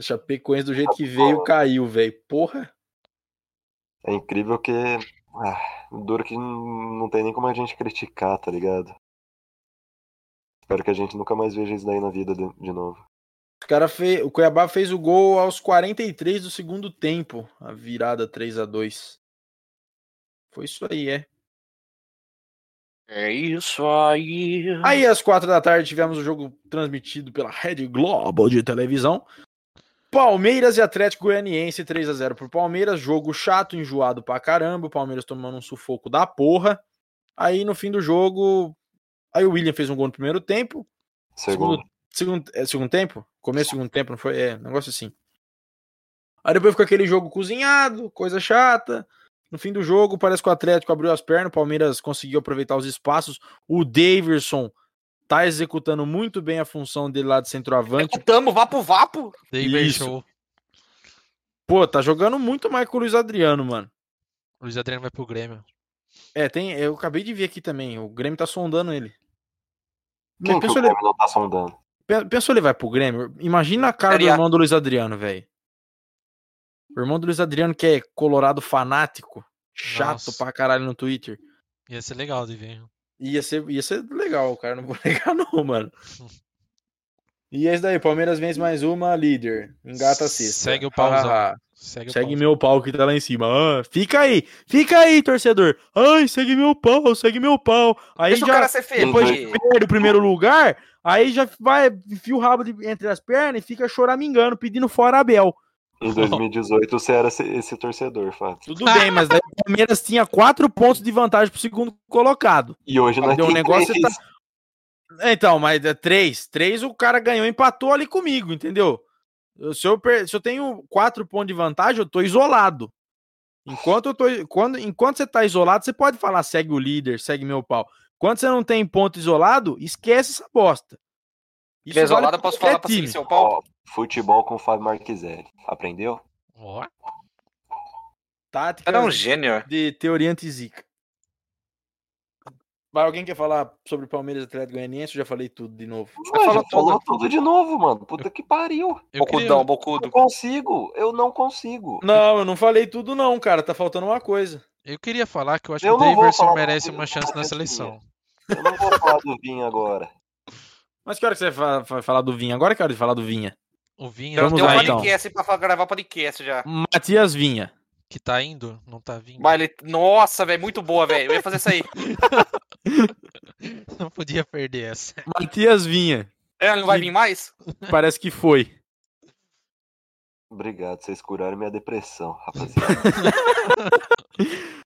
Chapecoense do jeito que veio caiu, velho. Porra.
É incrível que. Ah, duro que n- não tem nem como a gente criticar, tá ligado? Espero que a gente nunca mais veja isso daí na vida de, de novo.
O cara fez, o Cuiabá fez o gol aos 43 do segundo tempo, a virada 3 a 2. Foi isso aí, é.
É isso aí.
Aí, às quatro da tarde, tivemos o jogo transmitido pela Rede Globo de televisão. Palmeiras e Atlético Goianiense, 3 a 0 pro Palmeiras. Jogo chato, enjoado pra caramba. O Palmeiras tomando um sufoco da porra. Aí, no fim do jogo, aí o William fez um gol no primeiro tempo.
Segundo.
Segundo, é, segundo tempo? Começo do segundo tempo, não foi? É, negócio assim. Aí depois ficou aquele jogo cozinhado, coisa chata. No fim do jogo, parece que o Atlético abriu as pernas, o Palmeiras conseguiu aproveitar os espaços. O Daverson tá executando muito bem a função dele lá de centroavante.
É Tamo, vapo, vapo.
David
Isso.
Show.
Pô, tá jogando muito mais que o Luiz Adriano, mano.
Luiz Adriano vai pro Grêmio.
É, tem, eu acabei de ver aqui também, o Grêmio tá sondando ele. Mas
Quem que o
pensou, ele,
Grêmio não tá sondando?
pe- pensou ele vai pro Grêmio? Imagina a cara do
Série A.
irmão do Luiz Adriano, velho. O irmão do Luiz Adriano que é colorado fanático, chato
Nossa.
pra caralho no Twitter.
Ia ser legal de ver.
Ia ser, ia ser legal, cara. Não vou negar, não, mano. E é isso daí. Palmeiras vence mais uma, líder. Engata a sexta.
Hum. Segue o pauzão.
Ah, ah, ah.
Segue, o
segue
pau.
meu pau que tá lá em cima. Ah, fica aí. Fica aí, torcedor. Ai, segue meu pau, segue meu pau. Aí
Deixa o
já Uhum.
cara ser feliz.
depois que perde o primeiro lugar, aí já vai, enfia o rabo de- entre as pernas e fica choramingando, pedindo fora Abel.
Em 2018 você era esse, esse torcedor, Fábio.
Tudo bem, mas daí o Palmeiras tinha quatro pontos de vantagem pro segundo colocado.
E hoje é nós
Deu um
temos
negócio e
três.
Então, mas é três. Três o cara ganhou, empatou ali comigo, entendeu? Eu- Se eu, per- se eu tenho quatro pontos de vantagem, eu tô isolado. Enquanto, eu tô, quando, enquanto você tá isolado, você pode falar segue o líder, segue meu pau. Quando você não tem ponto isolado, esquece essa bosta. Isso vale
Isolada,
pra
posso
qualquer
falar pra seguir
É time.
seu pau?
Ó, futebol com o Fábio Marquiselli. Aprendeu?
Ó,
Tática é
Era um gênio.
de teoria antizica. Mas alguém quer falar sobre Palmeiras e Atlético Goianiense? Eu já falei tudo né? de novo.
Ué,
falou
já falou tudo de novo, mano. Puta que pariu.
eu queria...
Bocudão,
Eu não
bocudo.
consigo. Eu não consigo.
Não, eu não falei tudo não, cara. Tá faltando uma coisa.
eu queria falar que eu acho
Eu
que
não
o
vou
Daverson
falar
merece
nada,
uma
eu
chance
não
na
vou
seleção.
Eu não vou falar do Vinho agora.
Mas que hora que você vai fa- falar do Vinha? Agora é que hora de falar do Vinha.
O é Vinha
Eu
Vamos
tenho um
lá, então.
podcast pra fa- gravar podcast já.
Matias Vinha.
que tá indo, não tá vindo.
Mas ele- Nossa, velho, muito boa, velho. Eu ia fazer isso aí.
Não podia perder essa.
Matias Vinha.
É, Ele não vai vir mais?
Parece que foi.
Obrigado, vocês curaram minha depressão, rapaziada.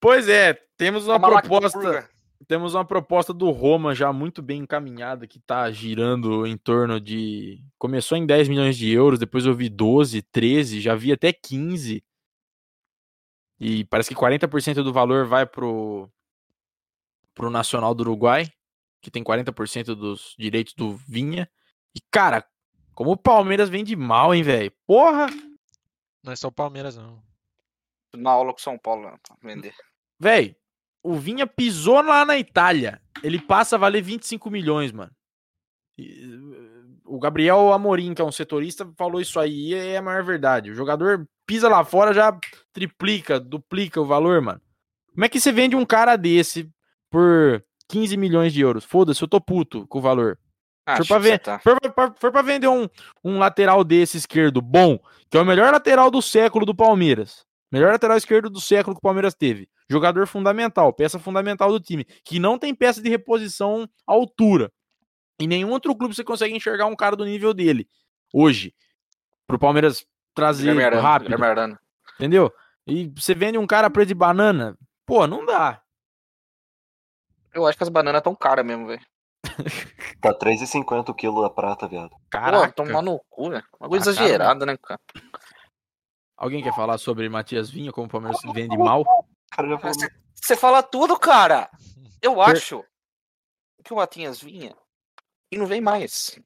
Pois é, temos uma
É uma
proposta.
lacurga.
Temos uma proposta do Roma já muito bem encaminhada, que tá girando em torno de. Começou em 10 milhões de euros, depois eu vi 12, 13, já vi até 15. E parece que 40% do valor vai pro, pro Nacional do Uruguai, que tem 40% dos direitos do Vinha. E, cara, como o Palmeiras vende mal, hein, velho? Porra!
Não é só o Palmeiras, não.
Na aula com São Paulo, né, pra vender.
Véi, o Vinha pisou lá na Itália. Ele passa a valer 25 milhões, mano. E, eh, o Gabriel Amorim, que é um setorista, falou isso aí e é a maior verdade. O jogador pisa lá fora, já triplica, duplica o valor, mano. Como é que você vende um cara desse por 15 milhões de euros? Foda-se, eu tô puto com o valor.
Ah,
Foi pra
chupa,
ver-
tá.
For pra- pra, for pra vender um, um lateral desse esquerdo bom, que é o melhor lateral do século do Palmeiras. Melhor lateral esquerdo do século que o Palmeiras teve. Jogador fundamental, peça fundamental do time. Que não tem peça de reposição à altura. Em nenhum outro clube você consegue enxergar um cara do nível dele. Hoje. Pro Palmeiras trazer
Guilherme Arana,
rápido.
Guilherme Arana.
Entendeu? E você vende um cara preto de banana, pô, não dá.
Eu acho que as bananas tão caras mesmo, velho.
Tá 3,50 o quilo da prata, viado.
Pô,
Caraca.
tomar no cu, velho. Uma coisa
Ah, cara.
exagerada, né, cara?
Alguém quer falar sobre Matias Vinha, como o Palmeiras vende mal?
O cara já falou.
Você- Você fala tudo, cara. Eu acho que o Matinhas vinha e não vem mais.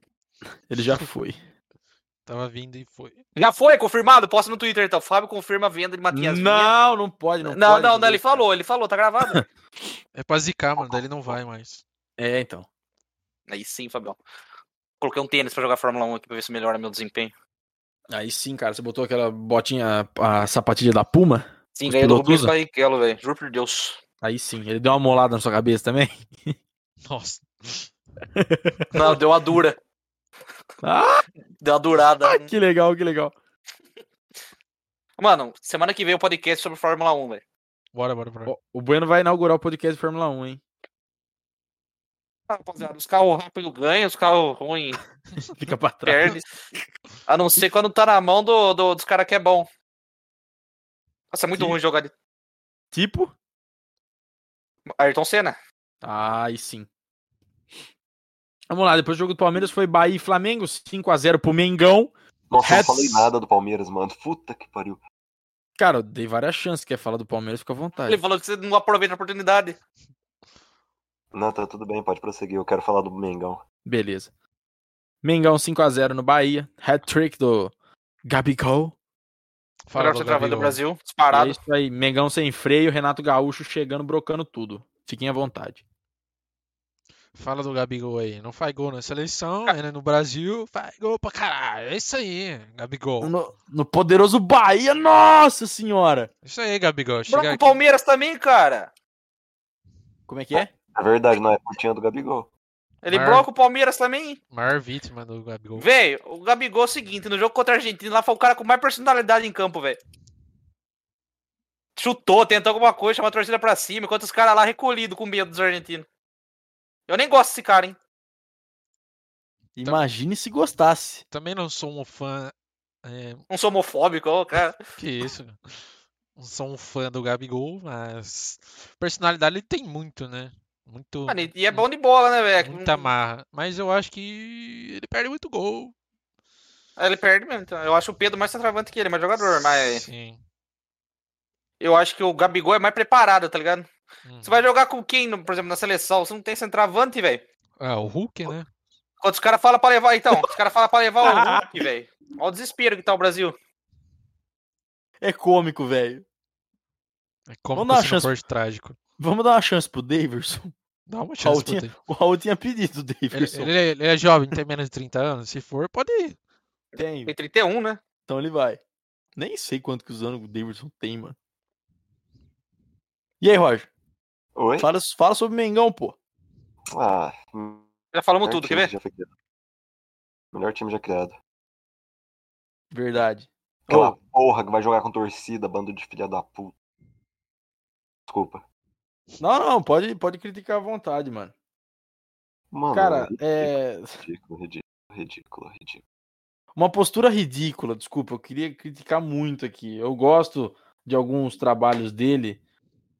Ele já foi.
Tava vindo e foi.
Já foi, confirmado? Posta no Twitter, então. Fábio confirma a venda de Matinhas Vinha.
Não, não pode, não,
Não, não,
pode.
não, ele falou, ele falou, tá gravado.
É pra zicar, mano. Daí ele não vai mais.
É, então.
Aí sim, Fabião. Coloquei um tênis pra jogar Fórmula 1 aqui pra ver se melhora meu desempenho.
Aí sim, cara, você botou aquela botinha, a sapatilha da Puma?
Sim,
Os
ganhei do
pilotos
Rubens
usam?
Barrichello, velho. Juro por Deus.
Aí sim, ele deu uma molada na sua cabeça também?
Nossa.
Não, deu uma dura.
Ah,
Deu uma durada.
que legal, que legal.
Mano, semana que vem o podcast sobre Fórmula 1, velho.
Bora, bora, bora.
O- O Bueno vai inaugurar o podcast de Fórmula 1, hein?
Ah, Rapaziada, os carros rápidos ganham, os carros ruins
Fica pra trás.
perdem. A não ser quando tá na mão do, do- dos caras que é bom. Nossa, é muito
Que-
ruim jogar de
Tipo?
Ayrton Senna.
Aí sim. Vamos lá, depois do jogo do Palmeiras foi Bahia e Flamengo, 5x0 pro Mengão.
Nossa, eu não
Hats.
falei nada do Palmeiras, mano. Puta que pariu.
Cara, eu dei várias chances. Quer falar do Palmeiras, fica à vontade.
Ele falou que você não aproveita a oportunidade.
Não, tá tudo bem, pode prosseguir. Eu quero falar do Mengão.
Beleza. Mengão 5x0 no Bahia. Hat-trick do Gabigol.
Melhor
Gabigol.
centroavante do Brasil,
É
disparado.
isso aí. Mengão sem freio, Renato Gaúcho chegando, brocando tudo. Fiquem à vontade.
Fala do Gabigol aí. Não faz gol na seleção, é, né, no Brasil. Faz gol pra caralho. É isso aí, Gabigol.
No, no poderoso Bahia, nossa senhora!
É isso aí, Gabigol.
Branco
Chega aqui.
Palmeiras também, cara.
Como é que é?
É verdade, não é putinha do Gabigol.
Ele
Mar-
bloca o Palmeiras também.
Maior vítima do Gabigol.
Velho, o Gabigol é o seguinte, no jogo contra a Argentina, lá foi o cara com mais personalidade em campo, velho. Chutou, tentou alguma coisa, chamou a torcida pra cima, enquanto os caras lá recolhido com medo dos argentinos. Eu nem gosto desse cara, hein?
Imagine se gostasse.
Também não sou um fã. é,
Não Um sou homofóbico, ô, cara.
que isso? Não sou um fã do Gabigol, mas. Personalidade ele tem muito, né? Muito.
Mano, e- e é bom de bola, né, velho?
Muita marra. Mas eu acho que ele perde muito gol.
Ah, Ele perde mesmo. Então. Eu acho o Pedro mais centroavante que ele, mais jogador, mas
Sim.
eu acho que o Gabigol é mais preparado, tá ligado?
Uhum.
Você vai jogar com quem, no- por exemplo, na seleção? Você não tem centroavante, velho.
Ah, o Hulk, né?
Quando os caras falam pra levar, então, os caras falam pra levar o Hulk, velho. Olha o desespero que tá o Brasil.
É cômico, velho.
É como
Vamos dar uma
se não
chance.
fosse trágico.
Vamos dar uma chance pro Daverson.
Dá uma chance
Raul
pro
tinha-
Davidson.
O Raul tinha pedido o
Ele,
Daverson.
ele é- ele é jovem, tem menos de 30 anos. Se for, pode ir.
Tem,
Tem 31, né?
então ele vai. Nem sei quanto que os anos o Daverson tem, mano. E aí, Roger?
Oi?
Fala, fala sobre o Mengão, pô.
Ah,
Já falamos
melhor
tudo, quer
time
ver?
que já foi criado. Melhor time já criado.
Verdade.
Aquela
Ô.
porra que vai jogar com torcida, bando de filha da puta. Desculpa.
Não, não, pode, pode criticar à vontade, mano.
Mano,
Cara, é.
ridículo, ridículo, ridículo, ridículo.
Uma postura ridícula, desculpa, eu queria criticar muito aqui. Eu gosto de alguns trabalhos dele.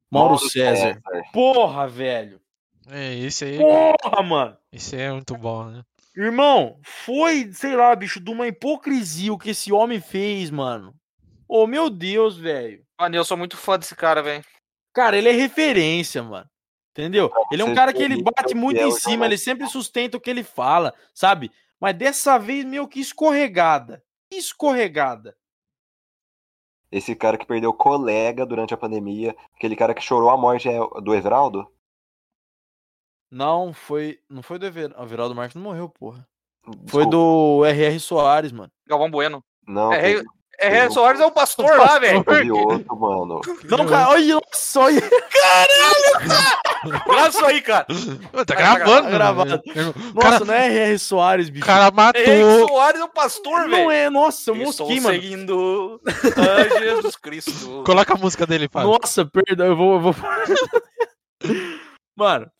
Mauro César. Porra, velho.
É, esse aí,
Porra, mano.
esse aí é muito bom, né?
Irmão, foi, sei lá, bicho, de uma hipocrisia o que esse homem fez, mano. Ô, meu Deus, velho.
Mano, Ah, eu sou muito fã desse cara, velho.
Cara, ele é referência, mano. Entendeu? Ele é um
você
cara que ele
tem
bate
que
muito
é
em
o
cima,
jornal-
ele sempre sustenta o que ele fala, sabe? Mas dessa vez, meio que escorregada. Escorregada.
Esse cara que perdeu colega durante a pandemia, aquele cara que chorou a morte é do Everaldo?
Não, foi. Não foi do Everaldo. Everaldo Marques não morreu, porra. Foi
Desculpa.
do RR Soares, mano.
Galvão Bueno.
Não,
É,
teve,
É,
Sim.
um.
é, Soares é o pastor lá, velho.
teve outro, mano.
Não, cara, olha, nossa, olha.
Grava isso aí, cara.
Ô, tá
Vai, vai, né?
gravando,
vai,
né,
gravado.
velho? O
Nossa,
cara,
não é RR Soares,
o
bicho.
cara
É,
matou.
Soares é o pastor, velho.
não um é, nossa, eu
Estou
mosquei, mano.
seguindo a Jesus Cristo.
Coloca a música dele, Fábio.
Nossa, perdão, eu vou. Eu vou... mano,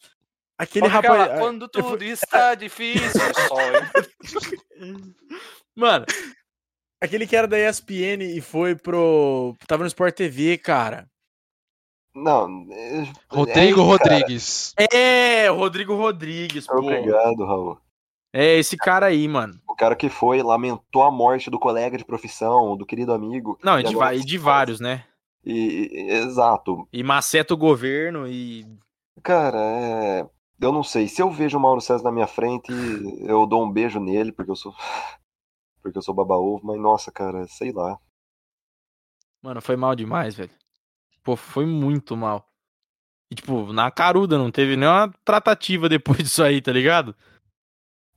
aquele
Pode
rapaz. é,
calar quando tudo está difícil, só eu.
Mano, aquele que era da ESPN e foi pro. Tava no Sport TV, cara.
Não. é-
Rodrigo
é,
Rodrigues.
É, o Rodrigo Rodrigues, pô.
Obrigado, Raul.
É esse cara aí, mano.
O cara que foi, lamentou a morte do colega de profissão, do querido amigo.
Não, e
E
de,
agora-
va- e de vários, né?
E- e- exato.
E maceta o governo e.
Cara, é. Eu não sei. Se eu vejo o Mauro César na minha frente, eu dou um beijo nele, porque eu sou. Porque eu sou baba-ovo, mas nossa, cara, sei lá.
Mano, foi mal demais, velho. Pô, foi muito mal. E, tipo, na caruda, não teve nenhuma tratativa depois disso aí, tá ligado?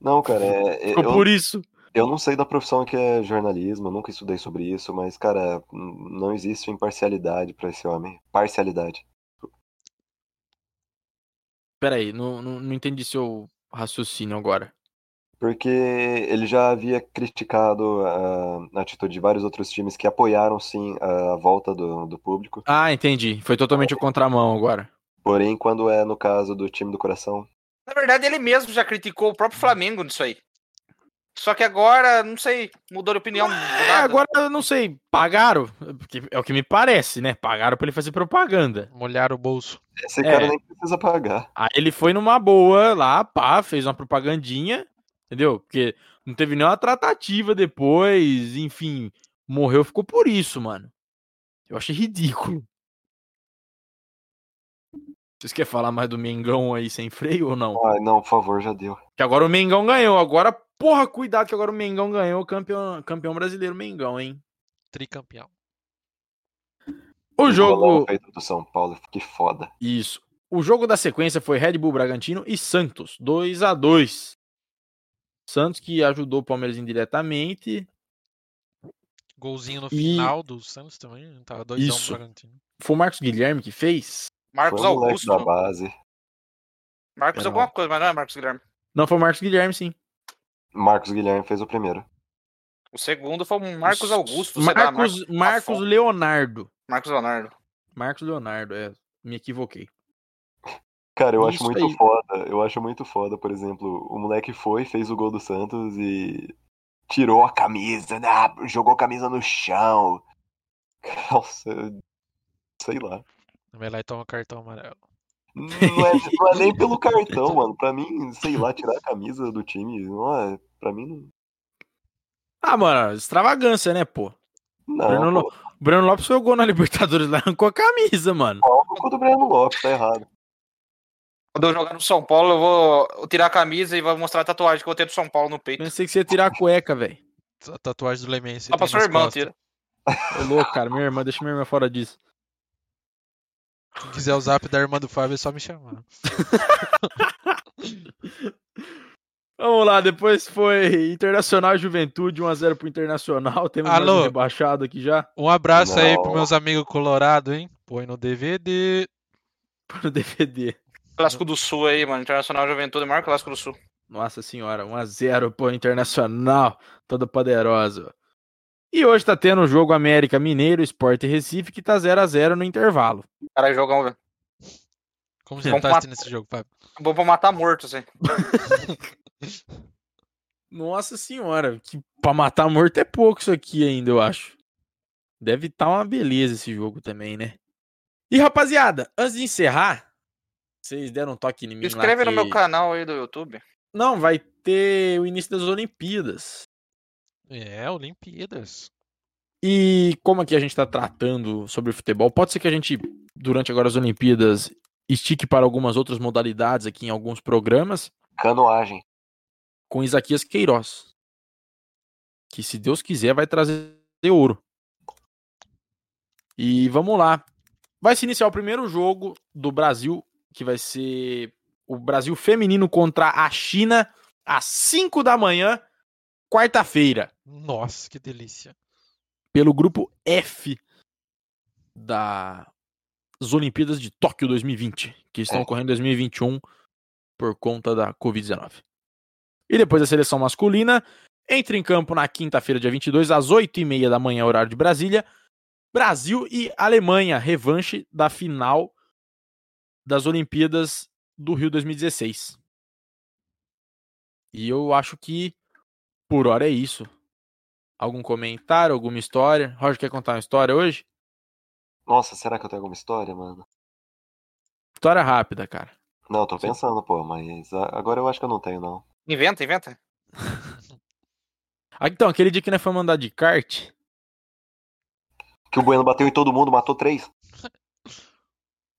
Não, cara, é-
Ficou
eu,
por isso.
eu não sei da profissão que é jornalismo, eu nunca estudei sobre isso, mas, cara, n- não existe imparcialidade pra esse homem. Parcialidade.
Pera aí, não, não, não entendi seu raciocínio agora.
Porque ele já havia criticado ah, a atitude de vários outros times que apoiaram, sim, a volta do, do público.
Ah, entendi. Foi totalmente o contramão agora.
Porém, quando é no caso do time do coração,
Na verdade, ele mesmo já criticou o próprio Flamengo nisso aí. Só que agora, não sei, mudou de opinião.
É,
nada.
agora eu não sei, pagaram? Porque É o que me parece, né? Pagaram pra ele fazer propaganda.
Molhar o bolso.
esse
É.
cara nem precisa pagar.
Aí ele foi numa boa lá, pá, fez uma propagandinha, entendeu? Porque não teve nenhuma tratativa depois, enfim, morreu, ficou por isso, mano. Eu achei ridículo. Vocês querem falar mais do Mengão aí sem freio ou não?
Ai, não, por favor, já deu.
Que agora o Mengão ganhou. Agora, porra, cuidado que agora o Mengão ganhou, campeão, campeão brasileiro Mengão, hein?
Tricampeão.
O jogo.
Bolão
né?
feito do São Paulo, que foda.
Isso. O jogo da sequência foi Red Bull Bragantino e Santos, 2 a 2 Santos que ajudou o Palmeiras indiretamente.
Golzinho no
E-
final do Santos também. né? Tava 2x1
Isso.
pro Bragantino.
Foi o Marcos Guilherme que fez?
Foi
Marcos
um moleque da
Augusto.
base. né?
Marcos
Não.
alguma coisa, mas não é Marcos Guilherme.
Não, foi o Marcos Guilherme, sim.
Marcos Guilherme fez o primeiro.
O segundo foi o Marcos Augusto, sei lá, Marcos,
Marcos, Marcos
Afonso.
Leonardo.
Marcos Leonardo.
Marcos Leonardo, é. Me equivoquei.
Cara, eu
Isso
acho muito
aí.
foda. Eu acho muito foda, por exemplo, o moleque foi, fez o gol do Santos e tirou a camisa, né? jogou a camisa no chão. Nossa, sei lá.
Vai lá e toma cartão amarelo.
Não é, não é nem pelo cartão, mano. Pra mim, sei lá, tirar a camisa do time, não é, pra mim não.
Ah, mano, extravagância, né, pô? Bruno,
Não,
Lo- Bruno Lopes foi o gol na Libertadores lá, arrancou a camisa, mano.
pau no cu do Breno Lopes, tá errado.
Quando eu jogar no São Paulo, eu vou tirar a camisa e vou mostrar a tatuagem que eu tenho do São Paulo no peito.
Pensei que você ia tirar a cueca, velho.
A tatuagem do Lemense.
Só pra sua Ah, irmã, tira.
Ô louco, cara, minha irmã, deixa minha irmã fora disso.
Quem quiser o zap da irmã do Fábio é só me chamar.
Vamos lá, depois foi Internacional e Juventude, 1x0 pro Internacional. Temos mais um
Alô?
rebaixado aqui já
Um abraço aí pros
Não.
meus amigos colorados, hein? Põe no DVD.
pro DVD.
Clássico do Sul aí, mano. Internacional Juventude, maior clássico do Sul.
Nossa senhora, 1x0 pro Internacional, todo poderoso. E hoje tá tendo o jogo América Mineiro, Sport e Recife, que tá 0x0 no intervalo.
Cara, é jogão, velho.
Como você
Vamos
tá
pra-
assistindo esse jogo, Fábio?
Bom pra matar morto, assim.
Nossa senhora, que pra matar morto é pouco isso aqui ainda, eu acho. Deve estar uma beleza esse jogo também, né? E rapaziada, antes de encerrar, vocês deram um toque em mim
Se
lá
inscreve no
que-
meu canal aí do YouTube.
Não, vai ter o início das Olimpíadas.
É, Olimpíadas.
E como aqui a gente tá tratando sobre o futebol, pode ser que a gente, durante agora as Olimpíadas, estique para algumas outras modalidades aqui em alguns programas
Canoagem.
com Isaquias Queiroz. Que, se Deus quiser, vai trazer ouro. E vamos lá. Vai se iniciar o primeiro jogo do Brasil, que vai ser o Brasil feminino contra a China, às 5 da manhã, quarta-feira.
Nossa, que delícia.
pelo grupo F das Olimpíadas de Tóquio 2020, que estão
É.
ocorrendo em 2021 por conta da Covid-19. E depois a seleção masculina entra em campo na quinta-feira, dia 22, às 8h30 da manhã, horário de Brasília. Brasil e Alemanha, revanche da final das Olimpíadas do Rio 2016. E eu acho que por hora é isso. Algum comentário, alguma história? Roger, quer contar uma história hoje?
Nossa, será que eu tenho alguma história, mano?
Vitória rápida, cara.
Não, tô pensando, pô, mas a- agora eu acho que eu não tenho, não.
Inventa, inventa.
Ah, Então, aquele dia que nós foi mandar de kart,
Que o Bueno bateu em todo mundo, matou três.
Eu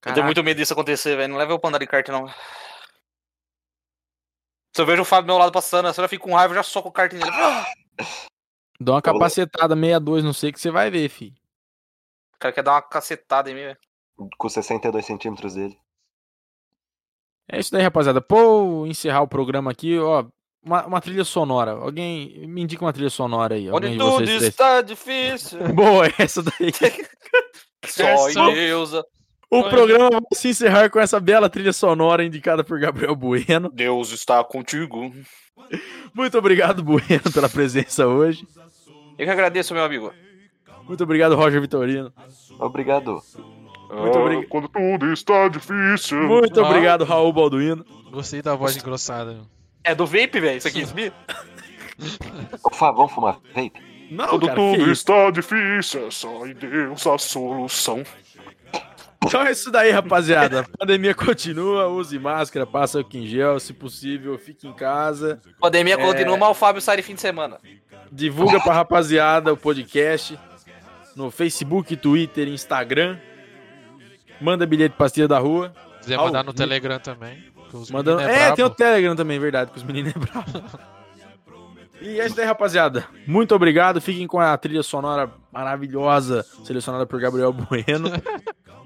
Caraca.
tenho muito medo disso acontecer, velho. Não leva eu pra andar de kart, não. Se eu vejo o Fábio do meu lado passando, eu já fico com raiva, eu já soco o kart nele.
dá uma
Tá bom.
capacetada 62, não sei o que você vai ver, filho.
O cara quer dar uma cacetada em mim, velho.
Com 62 centímetros dele.
É isso daí, rapaziada. Pô, encerrar o programa aqui, ó. Uma, uma trilha sonora. Alguém me indica uma trilha sonora aí. Alguém
então Onde
de
tudo
vocês três.
está difícil,
Boa, é essa daí.
só em
Só-
Deus.
O programa vai se encerrar com essa bela trilha sonora indicada por Gabriel Bueno.
Deus está contigo.
Muito obrigado, Bueno, pela presença hoje.
Eu que agradeço, meu amigo.
Muito obrigado, Roger Vitorino.
Obrigado.
Muito, obri-
Ah, Quando tudo está difícil.
Muito
Hum.
Ah.
obrigado, Raul Balduino.
Gostei da voz engrossada. meu.
É do vape, velho, isso aqui, sabia?
Ô, Fá, vamos fumar vape?
Não,
Quando
cara, que
tudo
isso.
está difícil, é só em Deus a solução.
Então é isso daí, rapaziada. A pandemia continua, use máscara, passa álcool em gel, se possível, fique em casa.
Pandemia continua, mas o Fábio sai de fim de semana.
Divulga pra rapaziada o podcast no Facebook, Twitter, Instagram. Manda bilhete pra tia da rua.
Quiser
Ao
mandar no
vivo.
Telegram também. que os
Mandando...
menino
É,
né? brabo.
tem o Telegram também, verdade, que os meninos é bravo. E é isso daí, rapaziada. Muito obrigado. Fiquem com a trilha sonora maravilhosa selecionada por Gabriel Bueno.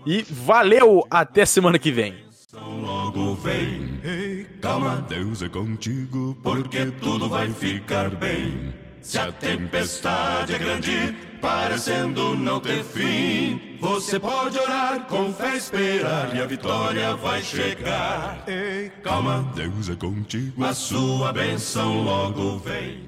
E valeu! Até semana que vem.
logo vem. Ei, calma, Deus é contigo, porque tudo vai ficar bem. Se a tempestade é grande, parecendo não ter fim, você pode orar com fé, esperar e a vitória vai chegar. Ei, calma, Deus é contigo, a sua bênção logo vem.